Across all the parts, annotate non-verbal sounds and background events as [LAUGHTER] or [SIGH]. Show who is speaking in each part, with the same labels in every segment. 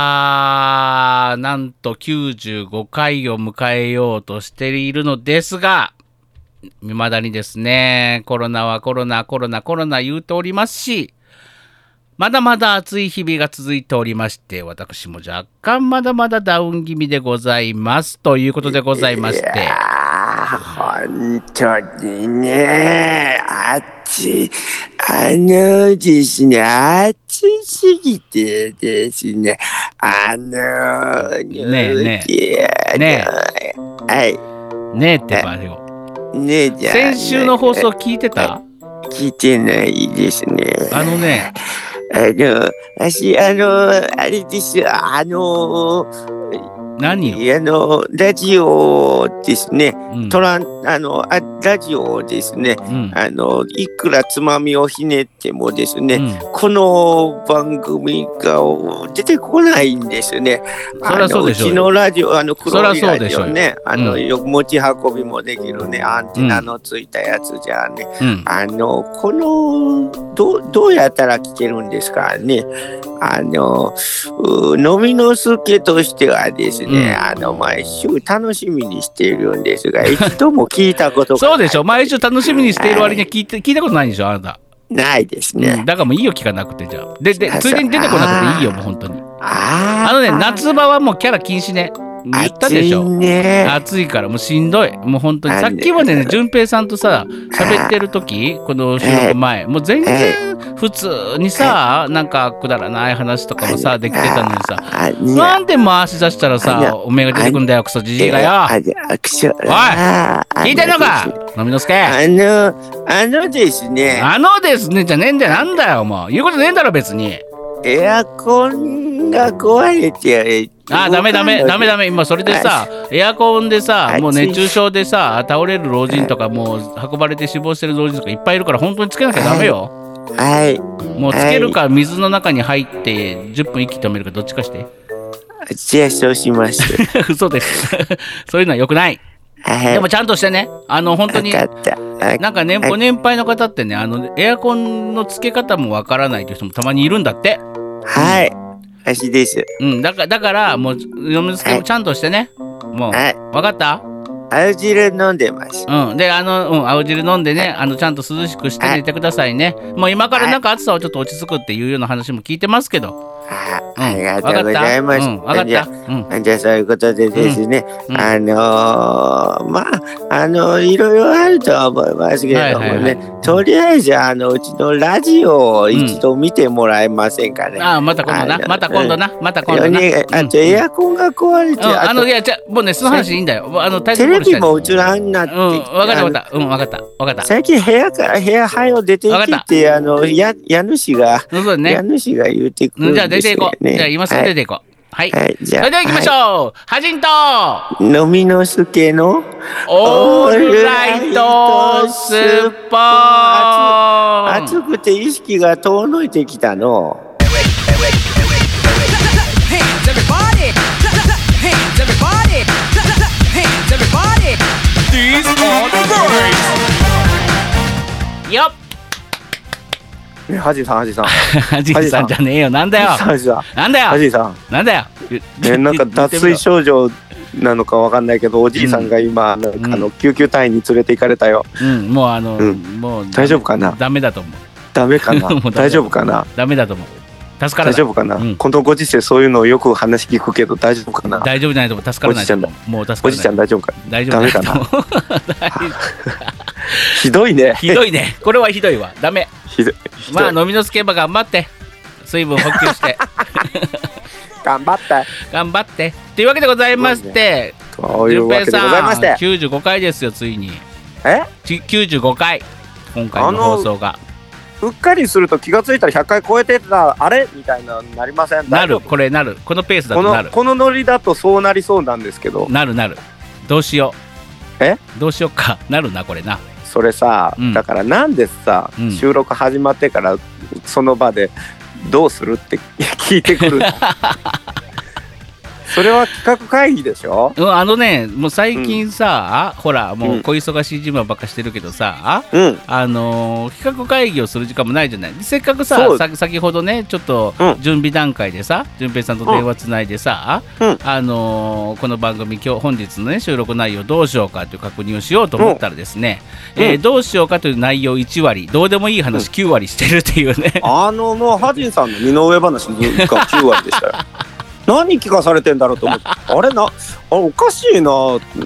Speaker 1: さあ、なんと95回を迎えようとしているのですが、未だにですね、コロナはコロナ、コロナ、コロナ言うておりますし、まだまだ暑い日々が続いておりまして、私も若干まだまだダウン気味でございます。ということでございまして。い
Speaker 2: や本当にね、暑い。あのですね、暑すぎてですね、あの
Speaker 1: ー、ねえねえ。ねえ。。
Speaker 2: はい
Speaker 1: ねえってばよ。
Speaker 2: ねえじゃ
Speaker 1: 先週の放送聞いてた
Speaker 2: 聞いてないですね。
Speaker 1: あのね、
Speaker 2: あの、私、あの、あれですよ、あの、
Speaker 1: 何
Speaker 2: あの、ラジオですね、うん、トラン、あの、あラジオですね、うん、あの、いくらつまみをひねってもですね、うん、この番組が出てこないんですね。
Speaker 1: そりゃそうでしょう。
Speaker 2: ちのラジオ、あの、黒いラジオね、あの、よく持ち運びもできるね、アンテナのついたやつじゃね、あの、この、どどうやったら聞けるんですかね。あの、飲みの助としてはですね、うん、あの、毎週楽しみにしているんで
Speaker 1: [LAUGHS]
Speaker 2: すが、一度も聞いたことが
Speaker 1: そうでしょ、毎週楽しみにしている割には聞いて、はい、聞いたことないんでしょ、あなた。
Speaker 2: ないですね、
Speaker 1: うん、だからもういいよ、聞かなくて、じゃあ。で、で、ついでに出てこなくていいよ、もう本当に。ああのね、夏場はもうキャラ禁止ね。言ったでしょ暑い,、ね、暑いからもうしんどいもう本当にさっきまでね淳平さんとさ喋ってる時この収録前もう全然普通にさなんかくだらない話とかもさできてたのにさなんで回し出したらさおめえが出てくんだよクソじじいがよおい聞いてんのか飲みのすけ
Speaker 2: あのあのですね
Speaker 1: あのですねじゃねえんだよなんだよもう言うことねえんだろ別に
Speaker 2: エアコンが壊れて
Speaker 1: あダメダメダメダメ今それでさエアコンでさもう熱中症でさ倒れる老人とかもう運ばれて死亡してる老人とかいっぱいいるから本当につけなきゃダメよ
Speaker 2: はい
Speaker 1: もうつけるか水の中に入って10分息止めるかどっちかして [LAUGHS]
Speaker 2: じゃあそうします
Speaker 1: 嘘です [LAUGHS] そういうのはよくないでもちゃんとしてね、あの本当に、なんかね、ご年配の方ってね、あのエアコンのつけ方もわからないという人もたまにいるんだって。
Speaker 2: はい、私です。
Speaker 1: うん、だから、だから、もう、読みつけもちゃんとしてね。もう、はい、分かった
Speaker 2: 青汁飲んでます。
Speaker 1: うん、で、あの、うん、青汁飲んでね、あの、ちゃんと涼しくして寝てくださいね。もう今からなんか暑さはちょっと落ち着くっていうような話も聞いてますけど。
Speaker 2: ありがとうございます。
Speaker 1: わかった。
Speaker 2: じゃあそういうことでですね、あのまああのいろいろあるとは思いますけれどもね、とりあえずあのうちのラジオを一度見てもらえませんかね。
Speaker 1: あまた今度な、また今度な、また今度
Speaker 2: な。あとエアコンが壊れて、
Speaker 1: あのいやじゃもうねその話いいんだよ。あの
Speaker 2: テレビも映らんなって。
Speaker 1: わかったわかった。うんわかったわかった。
Speaker 2: 最近部屋から部屋早を出て行ってあのや家主が家主が言うてくる。
Speaker 1: じゃあ出ていこう。じゃあ今すぐ出ていこう。はい。それでは行きましょう。はじんと。
Speaker 2: 飲みのすけの。
Speaker 1: オールライトスポー
Speaker 2: ン。暑くて意識が遠のいてきたの。
Speaker 1: よ [LAUGHS] っ
Speaker 2: ね、はじさん、はじさん。
Speaker 1: はじさんじゃねえよ、なんだよ。なんだよ。
Speaker 2: はじさん。
Speaker 1: なんだよ。
Speaker 2: ね、なんか脱水症状なのかわかんないけど、おじいさんが今、あの救急隊員に連れて行かれたよ。
Speaker 1: うん、もう、あの、もう。
Speaker 2: 大丈夫かな。
Speaker 1: ダメだと思う。
Speaker 2: ダメか
Speaker 1: [LAUGHS]
Speaker 2: な。大丈夫かな。
Speaker 1: ダメだと思う。助から
Speaker 2: 大丈夫かな、このご時世そういうのよく話聞くけど大丈夫かな
Speaker 1: 大丈夫じゃないと思う助からない
Speaker 2: もう助からおじちゃん大丈夫か
Speaker 1: 大丈夫 [LAUGHS]
Speaker 2: かなひどいね
Speaker 1: ひどいねこれはひどいわダメ
Speaker 2: ひどい
Speaker 1: まあ飲みのつけば頑張って水分補給して
Speaker 2: 頑張って
Speaker 1: 頑張ってというわけでございまして
Speaker 2: 純平、ね、さん95
Speaker 1: 回ですよついに
Speaker 2: え
Speaker 1: 95回今回の放送が
Speaker 2: うっかりすると気が付いたら100回超えてたあれみたいななりません
Speaker 1: なるこれなるこのペースだとなる
Speaker 2: このノリだとそうなりそうなんですけど
Speaker 1: なるなるどうしよ
Speaker 2: うえ
Speaker 1: どうしようかなるなこれな
Speaker 2: それさ、うん、だからなんでさ、うん、収録始まってから
Speaker 1: [LAUGHS]
Speaker 2: その場で「どうする?」って聞いてくるそれは企画会議でしょ、
Speaker 1: うん、あのねもう最近さ、うん、ほらもう小忙しいジムばっかしてるけどさ、
Speaker 2: うん、
Speaker 1: あのー、企画会議をする時間もないじゃないせっかくさ先ほどねちょっと準備段階でさ淳、うん、平さんと電話つないでさ、あのー、この番組今日本日のね収録内容どうしようかという確認をしようと思ったらですね、えー、どうしようかという内容1割どうでもいい話9割してるっていうね、 [LAUGHS]
Speaker 2: あのもうハジンさんの身の上話が9割
Speaker 1: [LAUGHS]
Speaker 2: でしたよ何聞かされてんだろうと思ってあれなあおかしいな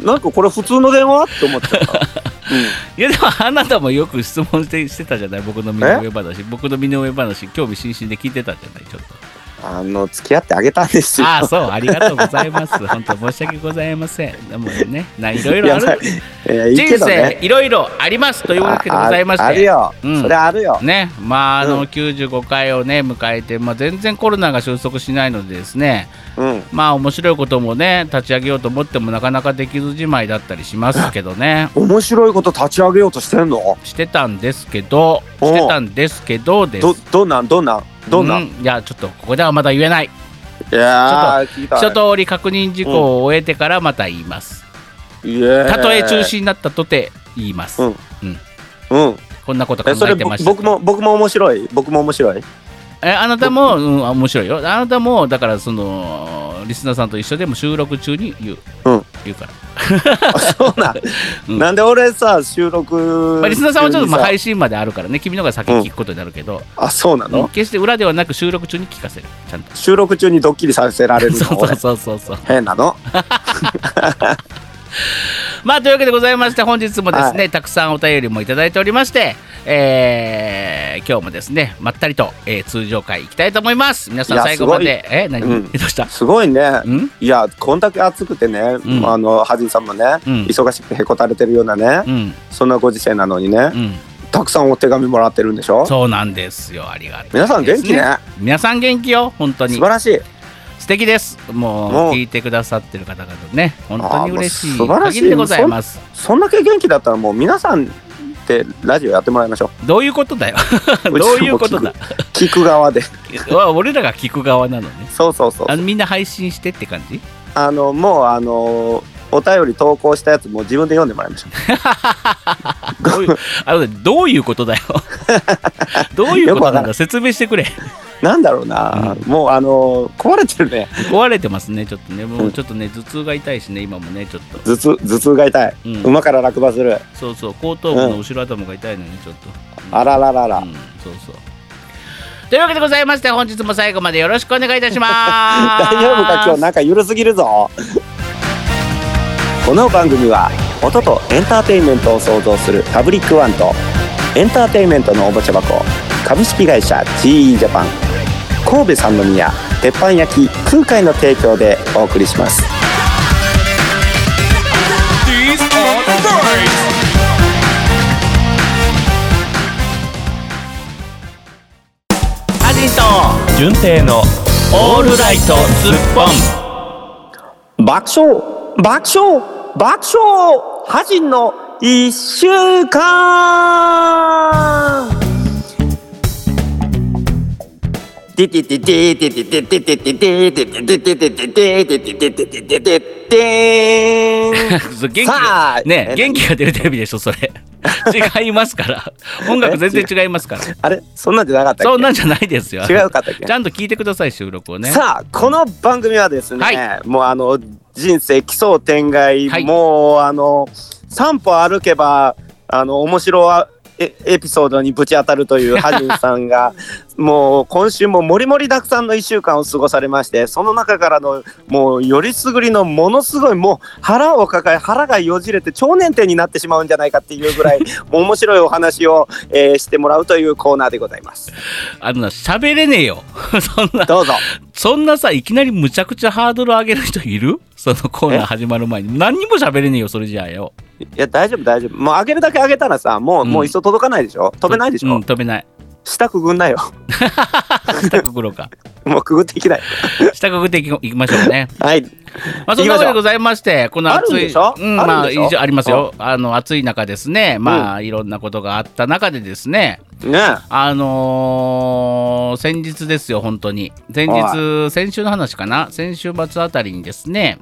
Speaker 2: なんかこれ普通の電話って思っちゃった。
Speaker 1: [LAUGHS] うん、いやでもあなたもよく質問してしてたじゃない僕の身の上話僕の身の上話興味津々で聞いてたじゃないちょっ
Speaker 2: とあの付き合ってあげたんですよ
Speaker 1: あそうありがとうございます本当申し訳ございませんでもねないろいろあ
Speaker 2: [LAUGHS]
Speaker 1: る、
Speaker 2: えー
Speaker 1: ね、人生いろいろありますというわけでございまして
Speaker 2: あるよ、うん、それあるよ
Speaker 1: ねまああの95回をね迎えて、まあ、全然コロナが収束しないのでですね、
Speaker 2: うん、
Speaker 1: まあ面白いこともね立ち上げようと思ってもなかなかできずじまいだったりしますけどね
Speaker 2: 面白いこと立ち上げようとしてんの
Speaker 1: してたんですけどしてたんですけどです
Speaker 2: どどんなんどんなんどんなん、
Speaker 1: いやちょっとここではまだ言えない
Speaker 2: いや
Speaker 1: ちょっと一通り確認事項を終えてからまた言います、
Speaker 2: うん、
Speaker 1: たとえ中止になったとて言いますうん、
Speaker 2: うん、うん、
Speaker 1: こんなこと考えてました
Speaker 2: 僕も僕も面白い僕も面白
Speaker 1: [LAUGHS]
Speaker 2: い
Speaker 1: えあなたも、うん、面白いよあなたもだからそのリスナーさんと一緒でも収録中に言う、
Speaker 2: うん、
Speaker 1: 言うから
Speaker 2: そうなん、うん、なんで俺さ収録、
Speaker 1: まあ、リスナーさんはちょっとまあ配信まであるからね君のが先聞くことになるけど、うん、
Speaker 2: あそうなの
Speaker 1: 決して裏ではなく収録中に聞かせるちゃんと
Speaker 2: 収録中にドッキリさせられるの
Speaker 1: そうそうそうそう
Speaker 2: 変なの
Speaker 1: まあというわけでございまして本日もですね、はい、たくさんお便りも頂いておりまして、えー、今日もですねまったりと、えー、通常回いきたいと思います皆さん最後までえ何、うん、どうした
Speaker 2: すごいねいやこんだけ暑くてね、うん、あのハジンさんもね、うん、忙しくへこたれてるようなね、そんなご時世なのにね、たくさんお手紙もらってるんでしょ
Speaker 1: そうなんですよありがとう、ね、
Speaker 2: 皆さん元気ね
Speaker 1: 皆さん元気よ本当に
Speaker 2: 素晴らしい
Speaker 1: 素敵ですもう聞いてくださってる方々ね本当に嬉しい限りでございます
Speaker 2: そんだけ元気だったらもう皆さんでラジオやってもらいましょ
Speaker 1: うどういうこと [LAUGHS] だよどういうことだ
Speaker 2: 聞く
Speaker 1: [LAUGHS]
Speaker 2: 側で
Speaker 1: 俺らが聞く側なのね
Speaker 2: そうそうそう
Speaker 1: あのみんな配信してって感 [LAUGHS] じ
Speaker 2: あのもうあのお便り投稿したやつも自分で読んでもらいましょう
Speaker 1: あのどういうこと [LAUGHS] だよどういうことなんだ説明してくれ
Speaker 2: なんだろうな、うん、もうあの壊れてるね。
Speaker 1: 壊れてますね、ちょっとね、もうちょっとね、うん、頭痛が痛いしね、今もね、ちょっと。
Speaker 2: 頭痛、頭痛が痛い、うん、馬から落馬する。
Speaker 1: そうそう、後頭部の後ろ頭が痛いのに、ちょっと。
Speaker 2: あらららら、
Speaker 1: そうそう。というわけでございまして、本日も最後までよろしくお願いいたします。[LAUGHS]
Speaker 2: [LAUGHS] 大丈夫か、今日なんかゆるすぎるぞ。この番組は音とエンターテインメントを創造するパブリックワンとエンターテインメントのおもちゃ箱株式会社 GE ジャパン神戸三宮鉄板焼き空海の提供でお送りします。
Speaker 1: アジト
Speaker 3: 純正の
Speaker 1: オールライトスッポ
Speaker 2: ン爆笑爆笑爆笑ハジンの一週間テテテテテテテテテテテテテテテテテテテ
Speaker 1: 元気がね元気が出るテレビでしょ
Speaker 2: [LAUGHS]
Speaker 1: それ違いますから音楽全然違いますから
Speaker 2: あれそんなんじゃなかった
Speaker 1: そんなんじゃないですよ
Speaker 2: 違うかったっけ
Speaker 1: ちゃんと聞いてください収録をね
Speaker 2: さあこの番組はですねもうあの人生奇想天外もうあの散歩歩けばあの面白はエピソードにぶち当たるというハジンさんがもう今週ももりもりたくさんの1週間を過ごされましてその中からのもうよりすぐりのものすごいもう腹を抱え腹がよじれて超年点になってしまうんじゃないかっていうぐらい面白いお話を、えー、してもらうというコーナーでございます。
Speaker 1: あの喋れねえよ [LAUGHS] そんな
Speaker 2: どうぞ
Speaker 1: そんなさいきなりむちゃくちゃハードル上げる人いるそのコーナー始まる前に何にも喋れねえよそれじゃあよ。、
Speaker 2: いや大丈夫大丈夫もう上げるだけ上げたらさもう、うん、もういっそ届かないでしょ飛べないでしょ、うん
Speaker 1: 飛べない
Speaker 2: 下くぐんなよ。 [LAUGHS]
Speaker 1: 下くぐろうか。
Speaker 2: もうくぐっていきない。
Speaker 1: 下くぐっていきましょうね。
Speaker 2: はい。
Speaker 1: まあ、そんなわけでございまして、この暑い、、
Speaker 2: うん
Speaker 1: まあ、以上ありますよ。あの、暑い中ですね、まあ、いろんなことがあった中でですね、
Speaker 2: ね
Speaker 1: あのー、先日ですよ、本当に。先日、先週の話かな、先週末あたりにですね、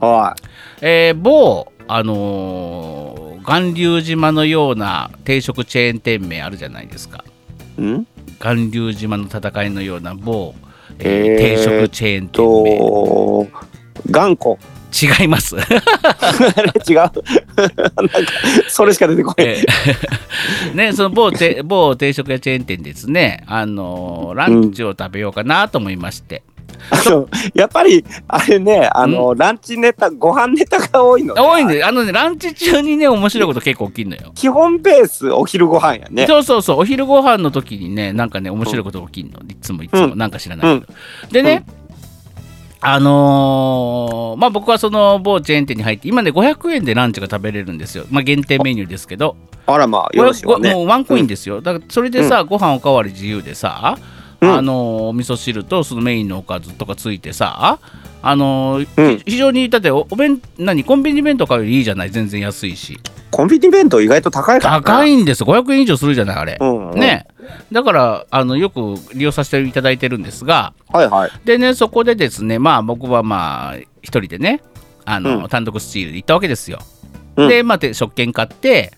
Speaker 1: えー、某、あのー、巌流島のような定食チェーン店名あるじゃないですか。巌流島の戦いのような某、えー、定食チェーン店名。
Speaker 2: 頑固 [LAUGHS]
Speaker 1: 違います
Speaker 2: あれ違う [LAUGHS] なんかそれしか出てこない、え
Speaker 1: え、ねその某て [LAUGHS] 某定食屋チェーン店ですねあのー、ランチを食べようかなと思いまして、
Speaker 2: うん、あのやっぱりあれねあの、うん、ランチネタご飯ネタが多いの、ね、
Speaker 1: 多いんであのねランチ中にね面白いこと結構起きるのよ
Speaker 2: 基本ベースお昼ご飯やね
Speaker 1: そうそうそうお昼ご飯の時にねなんかね面白いこと起きるの、うん、いつもいつも、なんか知らないけど、でね、あのー、まあ僕はその某チェーン店に入って今ね500円でランチが食べれるんですよ、まあ、限定メニューですけど
Speaker 2: あらまあよろしく、ね、
Speaker 1: もうワンコインですよ、うん、だからそれでさ、うん、ご飯おかわり自由でさ、うん、あのー、お味噌汁とそのメインのおかずとかついてさあのーうん、非常にだってお弁何コンビニ弁当買うよりいいじゃない全然安いし
Speaker 2: コンビニ弁当意外と高いから
Speaker 1: 高いんです500円以上するじゃないあれ、うんうん、ねだからあのよく利用させていただいてるんですが、
Speaker 2: はいはい、
Speaker 1: でねそこでですねまあ僕はまあ一人でねあの、うん、単独スチールで行ったわけですよ、うん、でまあ食券買って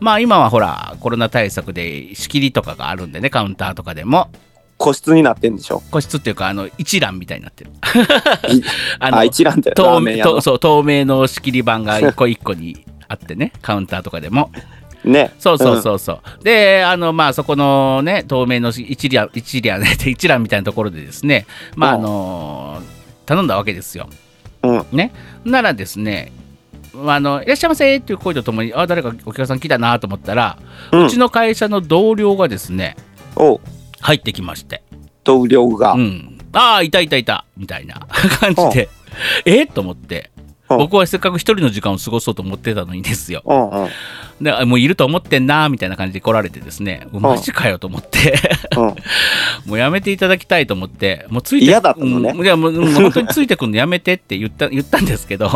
Speaker 1: まあ今はほらコロナ対策で仕切りとかがあるんでねカウンターとかでも
Speaker 2: 個室になってんでしょ
Speaker 1: 個室っていうかあの一覧みたいになって [LAUGHS] る
Speaker 2: あの一覧って
Speaker 1: 透明そう透明の仕切り板が一個一個にあってねカウンターとかでも。
Speaker 2: ね、
Speaker 1: そうそうそうそう、うん、であのまあそこのね透明の一覧一覧 [LAUGHS] 一覧みたいなところでですねまああのー、頼んだわけですよ。
Speaker 2: うん、
Speaker 1: ねならですねあのいらっしゃいませっていう声とともにあ誰かお客さん来たなと思ったら、うん、うちの会社の同僚がですね
Speaker 2: お
Speaker 1: 入ってきまして
Speaker 2: 同僚が、
Speaker 1: うん、ああいたいたいたみたいな [LAUGHS] 感じでえっと思って僕はせっかく一人の時間を過ごそうと思ってたのにですよでもういると思ってんなみたいな感じで来られてですねマジかよと思って [LAUGHS] もうやめていただきたいと思ってもうついて
Speaker 2: 嫌だったのね、
Speaker 1: うん、いやもう本当についてくんのやめてって言った言 [LAUGHS] ったんです
Speaker 2: [LAUGHS]
Speaker 1: けど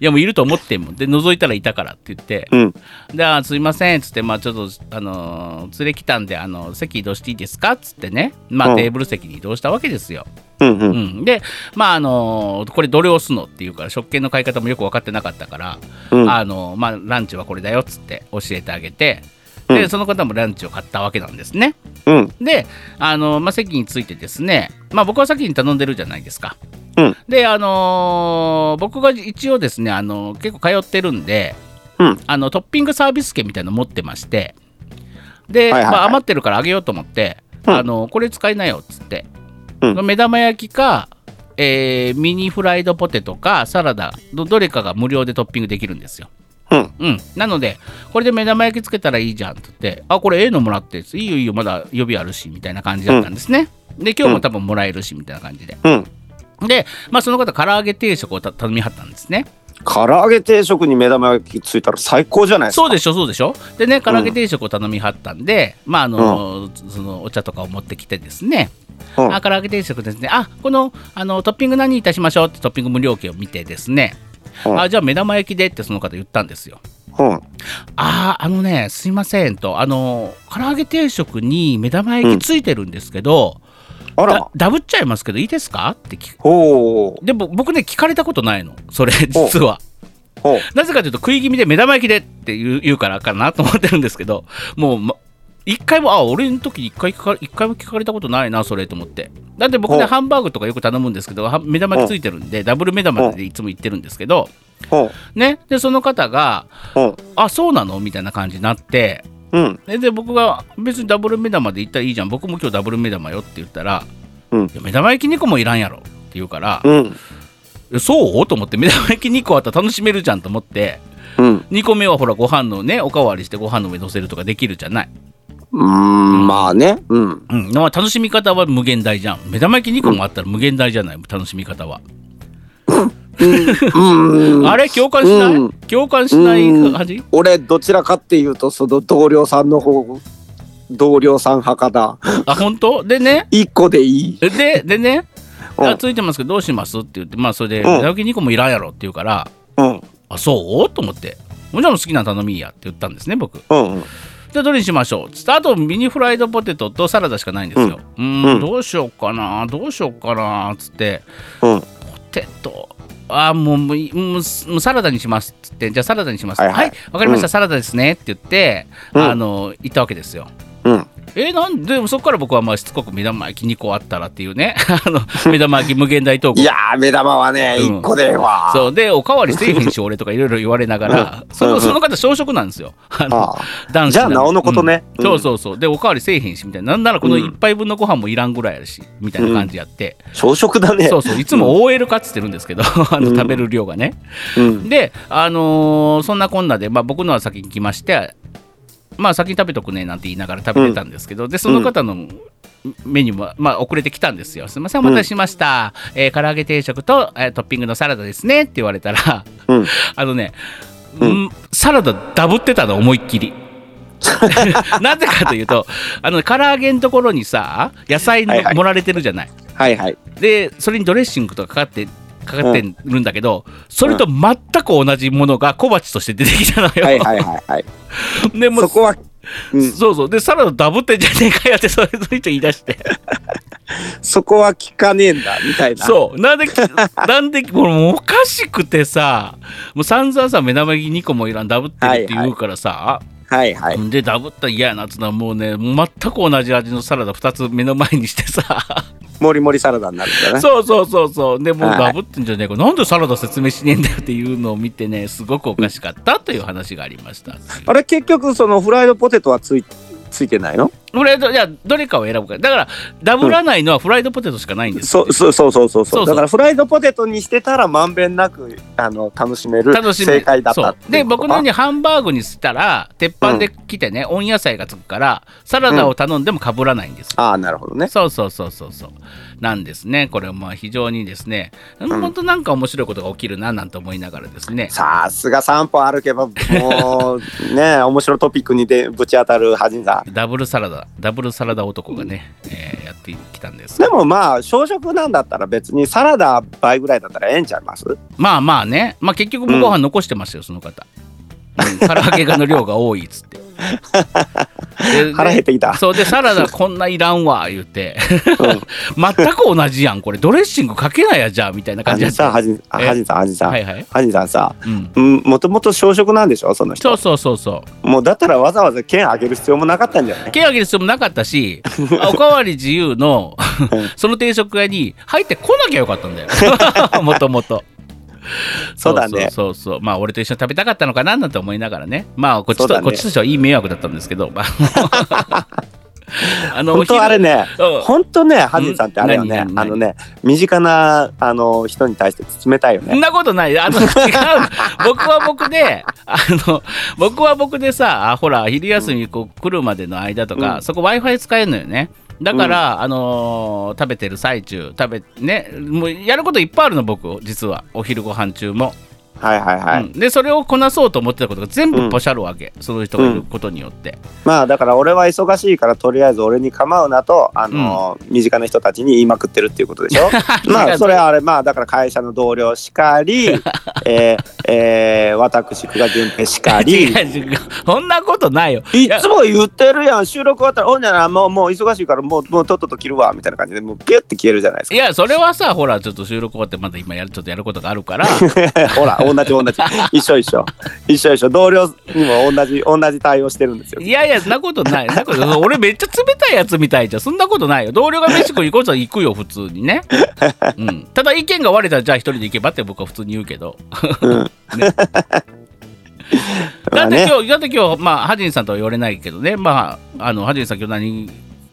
Speaker 1: いやもういると思ってんもんで覗いたらいたからって言って、
Speaker 2: うん、
Speaker 1: であすいませんっつってまあちょっとあのー、連れ来たんであの席移動していいですかっつってねまあテーブル席に移動したわけですよ、
Speaker 2: うんうん、
Speaker 1: うん、でまああのー、これどれ押すのっていうから食券の買い方もよく分かってなかったから、うん、あのー、まあ、ランチはこれだよっつって教えてあげてで、うん、その方もランチを買ったわけなんですね、
Speaker 2: うん、
Speaker 1: であのー、まあ、席についてですね、まあ、僕は先に頼んでるじゃないですか、であの僕が一応ですね、あの結構通ってるんで、あのトッピングサービス券みたいなの持ってましてで、はいはいはい、まあ、余ってるからあげようと思って、あのこれ使いなよっつってうん、目玉焼きか、えー、ミニフライドポテトかサラダのどれかが無料でトッピングできるんですよ。
Speaker 2: うん、
Speaker 1: うん、なのでこれで目玉焼きつけたらいいじゃんって言ってあこれええのもらっていいよいいよまだ予備あるしみたいな感じだったんですね、うん、で今日も多分もらえるしみたいな感じで、で、まあ、その方唐揚げ定食を頼みはったんですね
Speaker 2: 唐揚げ定食に目玉焼きついたら最高じゃないですか
Speaker 1: そうでしょそうでしょでね唐揚げ定食を頼みはったんで、まああの、そのお茶とかを持ってきてですねうん、あ唐揚げ定食ですねあこのあのトッピング何いたしましょうってトッピング無料券を見てですね、うん、あじゃあ目玉焼きでってその方言ったんですよ、
Speaker 2: うん、あ
Speaker 1: ああのねすいませんとあの唐揚げ定食に目玉焼きついてるんですけど、
Speaker 2: あら
Speaker 1: ダブっちゃいますけどいいですかって聞
Speaker 2: く
Speaker 1: でも僕ね聞かれたことないのそれ実は。なぜかというと食い気味で目玉焼きでって言うからかなと思ってるんですけどもう、ま一回も、あ、俺の時に一回聞か一回も聞かれたことないな、それと思って。だって僕ね、ハンバーグとかよく頼むんですけど、目玉焼きついてるんで、ダブル目玉焼きでいつも言ってるんですけど、ね、で、その方が、あ、そうなのみたいな感じになって、
Speaker 2: うん、
Speaker 1: で、僕が別にダブル目玉で行ったらいいじゃん、僕も今日ダブル目玉よって言ったら、うん、目玉焼き2個もいらんやろって言うから、うん、そうと思って、目玉焼き2個あったら楽しめるじゃんと思って、
Speaker 2: うん、2
Speaker 1: 個目はほら、ご飯のね、おかわりしてご飯の上乗せるとかできるじゃない。
Speaker 2: うんまあね、うん
Speaker 1: うん、まあ、楽しみ方は無限大じゃん目玉焼き2個もあったら無限大じゃない、うん、楽しみ方は、
Speaker 2: うん、
Speaker 1: [LAUGHS] あれ共感しない、うん、共感しない感じ、
Speaker 2: 俺どちらかっていうとその同僚さんの方同僚さん派かな。
Speaker 1: あ、本当でね。
Speaker 2: 1個でいい
Speaker 1: で、でね、あついてますけどどうしますって言って、まあそれで、
Speaker 2: うん
Speaker 1: 焼き肉もいらんやろって言うから、
Speaker 2: うん。
Speaker 1: あ、そうと思って。もちろん好きなの頼みやって言ったんですね、僕。
Speaker 2: うんうん。
Speaker 1: じゃあどれにしましょうつってあとミニフライドポテトとサラダしかないんですよ。うーん、
Speaker 2: うん
Speaker 1: どうしようかなどうしようかなつって、
Speaker 2: うん
Speaker 1: ポテトあーもうもういもうすもうサラダにしますっつってじゃあサラダにします
Speaker 2: は
Speaker 1: はいい
Speaker 2: は
Speaker 1: わ、
Speaker 2: い
Speaker 1: かりました、
Speaker 2: うん
Speaker 1: サラダですねって言って、
Speaker 2: うん
Speaker 1: あの行ったわけですよ。
Speaker 2: うん。
Speaker 1: えーなんででもそこから僕はまあしつこく目玉焼き2個あったらっていうね [LAUGHS] あの目玉焼き無限大トーク
Speaker 2: いやー、目玉はね、
Speaker 1: うん
Speaker 2: 1個でええわ。
Speaker 1: そうでおかわりせえへんし俺とかいろいろ言われながら、
Speaker 2: うん
Speaker 1: そのその方小食なんですよ。 [LAUGHS] あの
Speaker 2: ああ
Speaker 1: 男子
Speaker 2: じゃあなおのことね
Speaker 1: うん
Speaker 2: うん
Speaker 1: そうそうそうでおかわりせえへんしみたいななんならこの一杯分のご飯もいらんぐらいやるしみたいな感じやって、
Speaker 2: 朝食だね。
Speaker 1: そうそういつも OL かっつってるんですけど [LAUGHS] あの
Speaker 2: うん
Speaker 1: 食べる量がね、
Speaker 2: うん。
Speaker 1: であのーそんなこんなで、まあ、僕のは先に来ましてまあ先に食べとくねなんて言いながら食べてたんですけど、でその方のメニューも、まあ、遅れてきたんですよすいませんお待たせしました、えー唐揚げ定食と、えートッピングのサラダですねって言われたら [LAUGHS]
Speaker 2: うん。
Speaker 1: あのね、
Speaker 2: うん
Speaker 1: うんサラダダブってたの思いっ
Speaker 2: [LAUGHS]
Speaker 1: きり。 [LAUGHS] なぜかというとあの唐揚げのところにさ野菜の
Speaker 2: はいはい
Speaker 1: 盛られてるじゃない、
Speaker 2: は
Speaker 1: [LAUGHS]
Speaker 2: いはい。
Speaker 1: でそれにドレッシングとかかかってかかってるんだけど、それと全く同じものが小鉢として出てきたのよ、
Speaker 2: はいはいはいはい。
Speaker 1: で [LAUGHS] も
Speaker 2: そうこは、うん、
Speaker 1: そうそうでサラダダブってんじゃねえかよってそれそれ人言い出して
Speaker 2: そこは聞かねえんだ、みたいな。
Speaker 1: そうなんで [LAUGHS] なんでもうもうおかしくてさもう散々さ目玉焼き2個もいらんダブってるって言うからさ、
Speaker 2: はいはい。
Speaker 1: でダブったら嫌やなっつうのはもうね全く同じ味のサラダ2つ目の前にしてさ
Speaker 2: もりもりサラダになるんだね。
Speaker 1: そうそうそうそうでもう
Speaker 2: はい
Speaker 1: ダブってんじゃねえか、なんでサラダ説明しねえんだよっていうのを見てねすごくおかしかったという話がありました
Speaker 2: あれ、結局、そのフライドポテトはついついてないの
Speaker 1: フライドじゃあどれかを選ぶからだからダブらないのはフライドポテトしかないんです、
Speaker 2: そうそうそうそうそう
Speaker 1: そうそう
Speaker 2: だからフライドポテトにしてたらまんべんなくあの楽しめる
Speaker 1: 楽しみ
Speaker 2: 正解だった
Speaker 1: そ
Speaker 2: っ
Speaker 1: う
Speaker 2: てい
Speaker 1: で
Speaker 2: うこと
Speaker 1: 僕のようにハンバーグにしたら鉄板で来てね、温野菜がつくからサラダを頼んでもかぶらないんですよ
Speaker 2: ああなるほどね
Speaker 1: そうそうそうそうそうなんですねこれまあ非常にですね
Speaker 2: ん
Speaker 1: 本当なんか面白いことが起きるななんて思いながらですね、
Speaker 2: さすが3歩歩けばも
Speaker 1: [LAUGHS]
Speaker 2: うね面白いトピックにでぶち当たるはじだ
Speaker 1: ダブルサラダダブルサラダ男がね、えーやってきたんです
Speaker 2: でもまあ小食なんだったら別にサラダ倍ぐらいだったらええんちゃいます
Speaker 1: まあまあね、まあ、結局もうご飯残してますよ、その方、うん、唐揚げがの量が多いっつ
Speaker 2: [LAUGHS]
Speaker 1: ってで
Speaker 2: 腹減ってき
Speaker 1: [LAUGHS]
Speaker 2: た
Speaker 1: そうでサラダこんないらんわ言うて
Speaker 2: うん
Speaker 1: 全く同じやんこれドレッシングかけないやじゃあみたいな
Speaker 2: は
Speaker 1: 感じ
Speaker 2: じ
Speaker 1: やっ
Speaker 2: さん
Speaker 1: た
Speaker 2: はじあ
Speaker 1: え
Speaker 2: はじさんはじさん
Speaker 1: はいはい、
Speaker 2: はじさんさ
Speaker 1: うん、
Speaker 2: うんもともと小食なんでしょそ
Speaker 1: そ
Speaker 2: の人
Speaker 1: うそうそうそう
Speaker 2: もうだったらわざわざ剣あげる必要もなかったんじゃない
Speaker 1: 手を挙げる必要もなかった
Speaker 2: [LAUGHS]
Speaker 1: しあおかわり自由のその定食屋に入ってこなきゃよかったんだ
Speaker 2: [LAUGHS]
Speaker 1: よもともと。
Speaker 2: そうだね
Speaker 1: そうそうそうそうまあ俺と一緒に食べたかったのかななんて思いながらねまあこっち
Speaker 2: そう
Speaker 1: と、
Speaker 2: だね
Speaker 1: こっちとしてはいい迷惑だったんですけどまあ
Speaker 2: [LAUGHS]
Speaker 1: あの
Speaker 2: 本当あれね
Speaker 1: うん
Speaker 2: 本当ね、ハジンさんってあれよ
Speaker 1: うん
Speaker 2: ね、
Speaker 1: 何何
Speaker 2: あのね、身近なあの人に対して冷たいよ
Speaker 1: そん
Speaker 2: ね。
Speaker 1: なことない。あの、違う。僕は僕で、あの、僕は僕でさ、あほら、昼休みこう来るまでの間とか、
Speaker 2: うん
Speaker 1: そこ Wi-Fi 使えるのよね。だから、あのー食べてる最中、食べ、ね、もうやることいっぱいあるの、僕、実は。お昼ご飯中も。
Speaker 2: はいはいはい。
Speaker 1: うんで、それをこなそうと思ってたことが全部ポシャるわけ。その人がいることによって。
Speaker 2: まあだから俺は忙しいからとりあえず俺に構うなとあの、身近な人たちに言いまくってるっていうことで
Speaker 1: [LAUGHS]
Speaker 2: しょ。まあそれはあれまあだから会社の同僚しか
Speaker 1: [LAUGHS]
Speaker 2: り、えーえー私久我淳平しか
Speaker 1: 違
Speaker 2: り。
Speaker 1: う違う。そんなことないよ。
Speaker 2: いつも言ってるやん収録終わったら「おんじゃなもうもう忙しいからもうもうとっとと切るわ」みたいな感じでもうピュッて消えるじゃないです
Speaker 1: いや、それはさ、ほら、ちょっと収録終わって、まだ今やる、ちょっとやることがあるから。
Speaker 2: か [LAUGHS] ほら同じ同
Speaker 1: [LAUGHS]
Speaker 2: じ一緒一緒一緒一緒同僚にも同じ同じ対応してるんですよ
Speaker 1: いやいや、そんなことない。そんなことない俺めっちゃ冷たいやつみたいじゃん。そんなことないよ。同僚が飯食いに行こうとは行くよ、普通にね。うん。ただ意見が割れたら、じゃあ一人で行けばって僕は普通に言うけど。
Speaker 2: うん
Speaker 1: ね
Speaker 2: ま
Speaker 1: だ
Speaker 2: あ
Speaker 1: って
Speaker 2: ね
Speaker 1: 今日、だって今日、まあ、ハジンさんとは言われないけどね。まあ、あの、ハジンさん今日何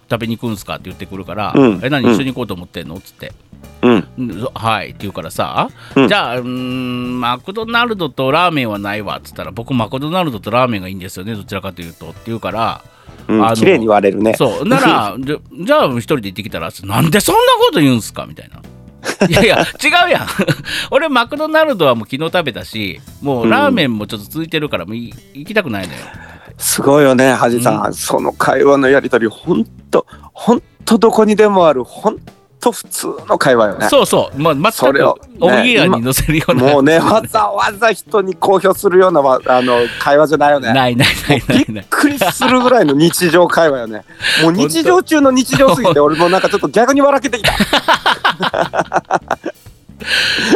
Speaker 1: 食べに行くんすかって言ってくるから、
Speaker 2: うん
Speaker 1: え、何
Speaker 2: うん
Speaker 1: 一緒に行こうと思ってんのつって。
Speaker 2: うん
Speaker 1: うんそはいって言うからさ、
Speaker 2: うん
Speaker 1: じゃあうーんマクドナルドとラーメンはないわっつったら僕マクドナルドとラーメンがいいんですよねどちらかというとって言うから、
Speaker 2: う
Speaker 1: あ
Speaker 2: ん
Speaker 1: の
Speaker 2: 綺麗に割れるね [LAUGHS]
Speaker 1: そうならじゃじゃあ一人で行ってきたらなんでそんなこと言うんすかみたいな。いやいや違うやん [LAUGHS] 俺マクドナルドはもう昨日食べたしもうラーメンもちょっと続いてるからもうい行きたくないのよ、
Speaker 2: すごいよね、はじさん,うん、その会話のやり取り、本当本当どこにでもある、本当普通の会話よね。
Speaker 1: そうそう、まあ、全くそれを、オブギアに載せるような、
Speaker 2: もうね、わざわざ人に公表するようなあの会話じゃないよね。
Speaker 1: ないないないない
Speaker 2: びっくりするぐらいの日常会話よね。もう日常中の日常すぎて、俺もなんかちょっと逆に笑けてきた。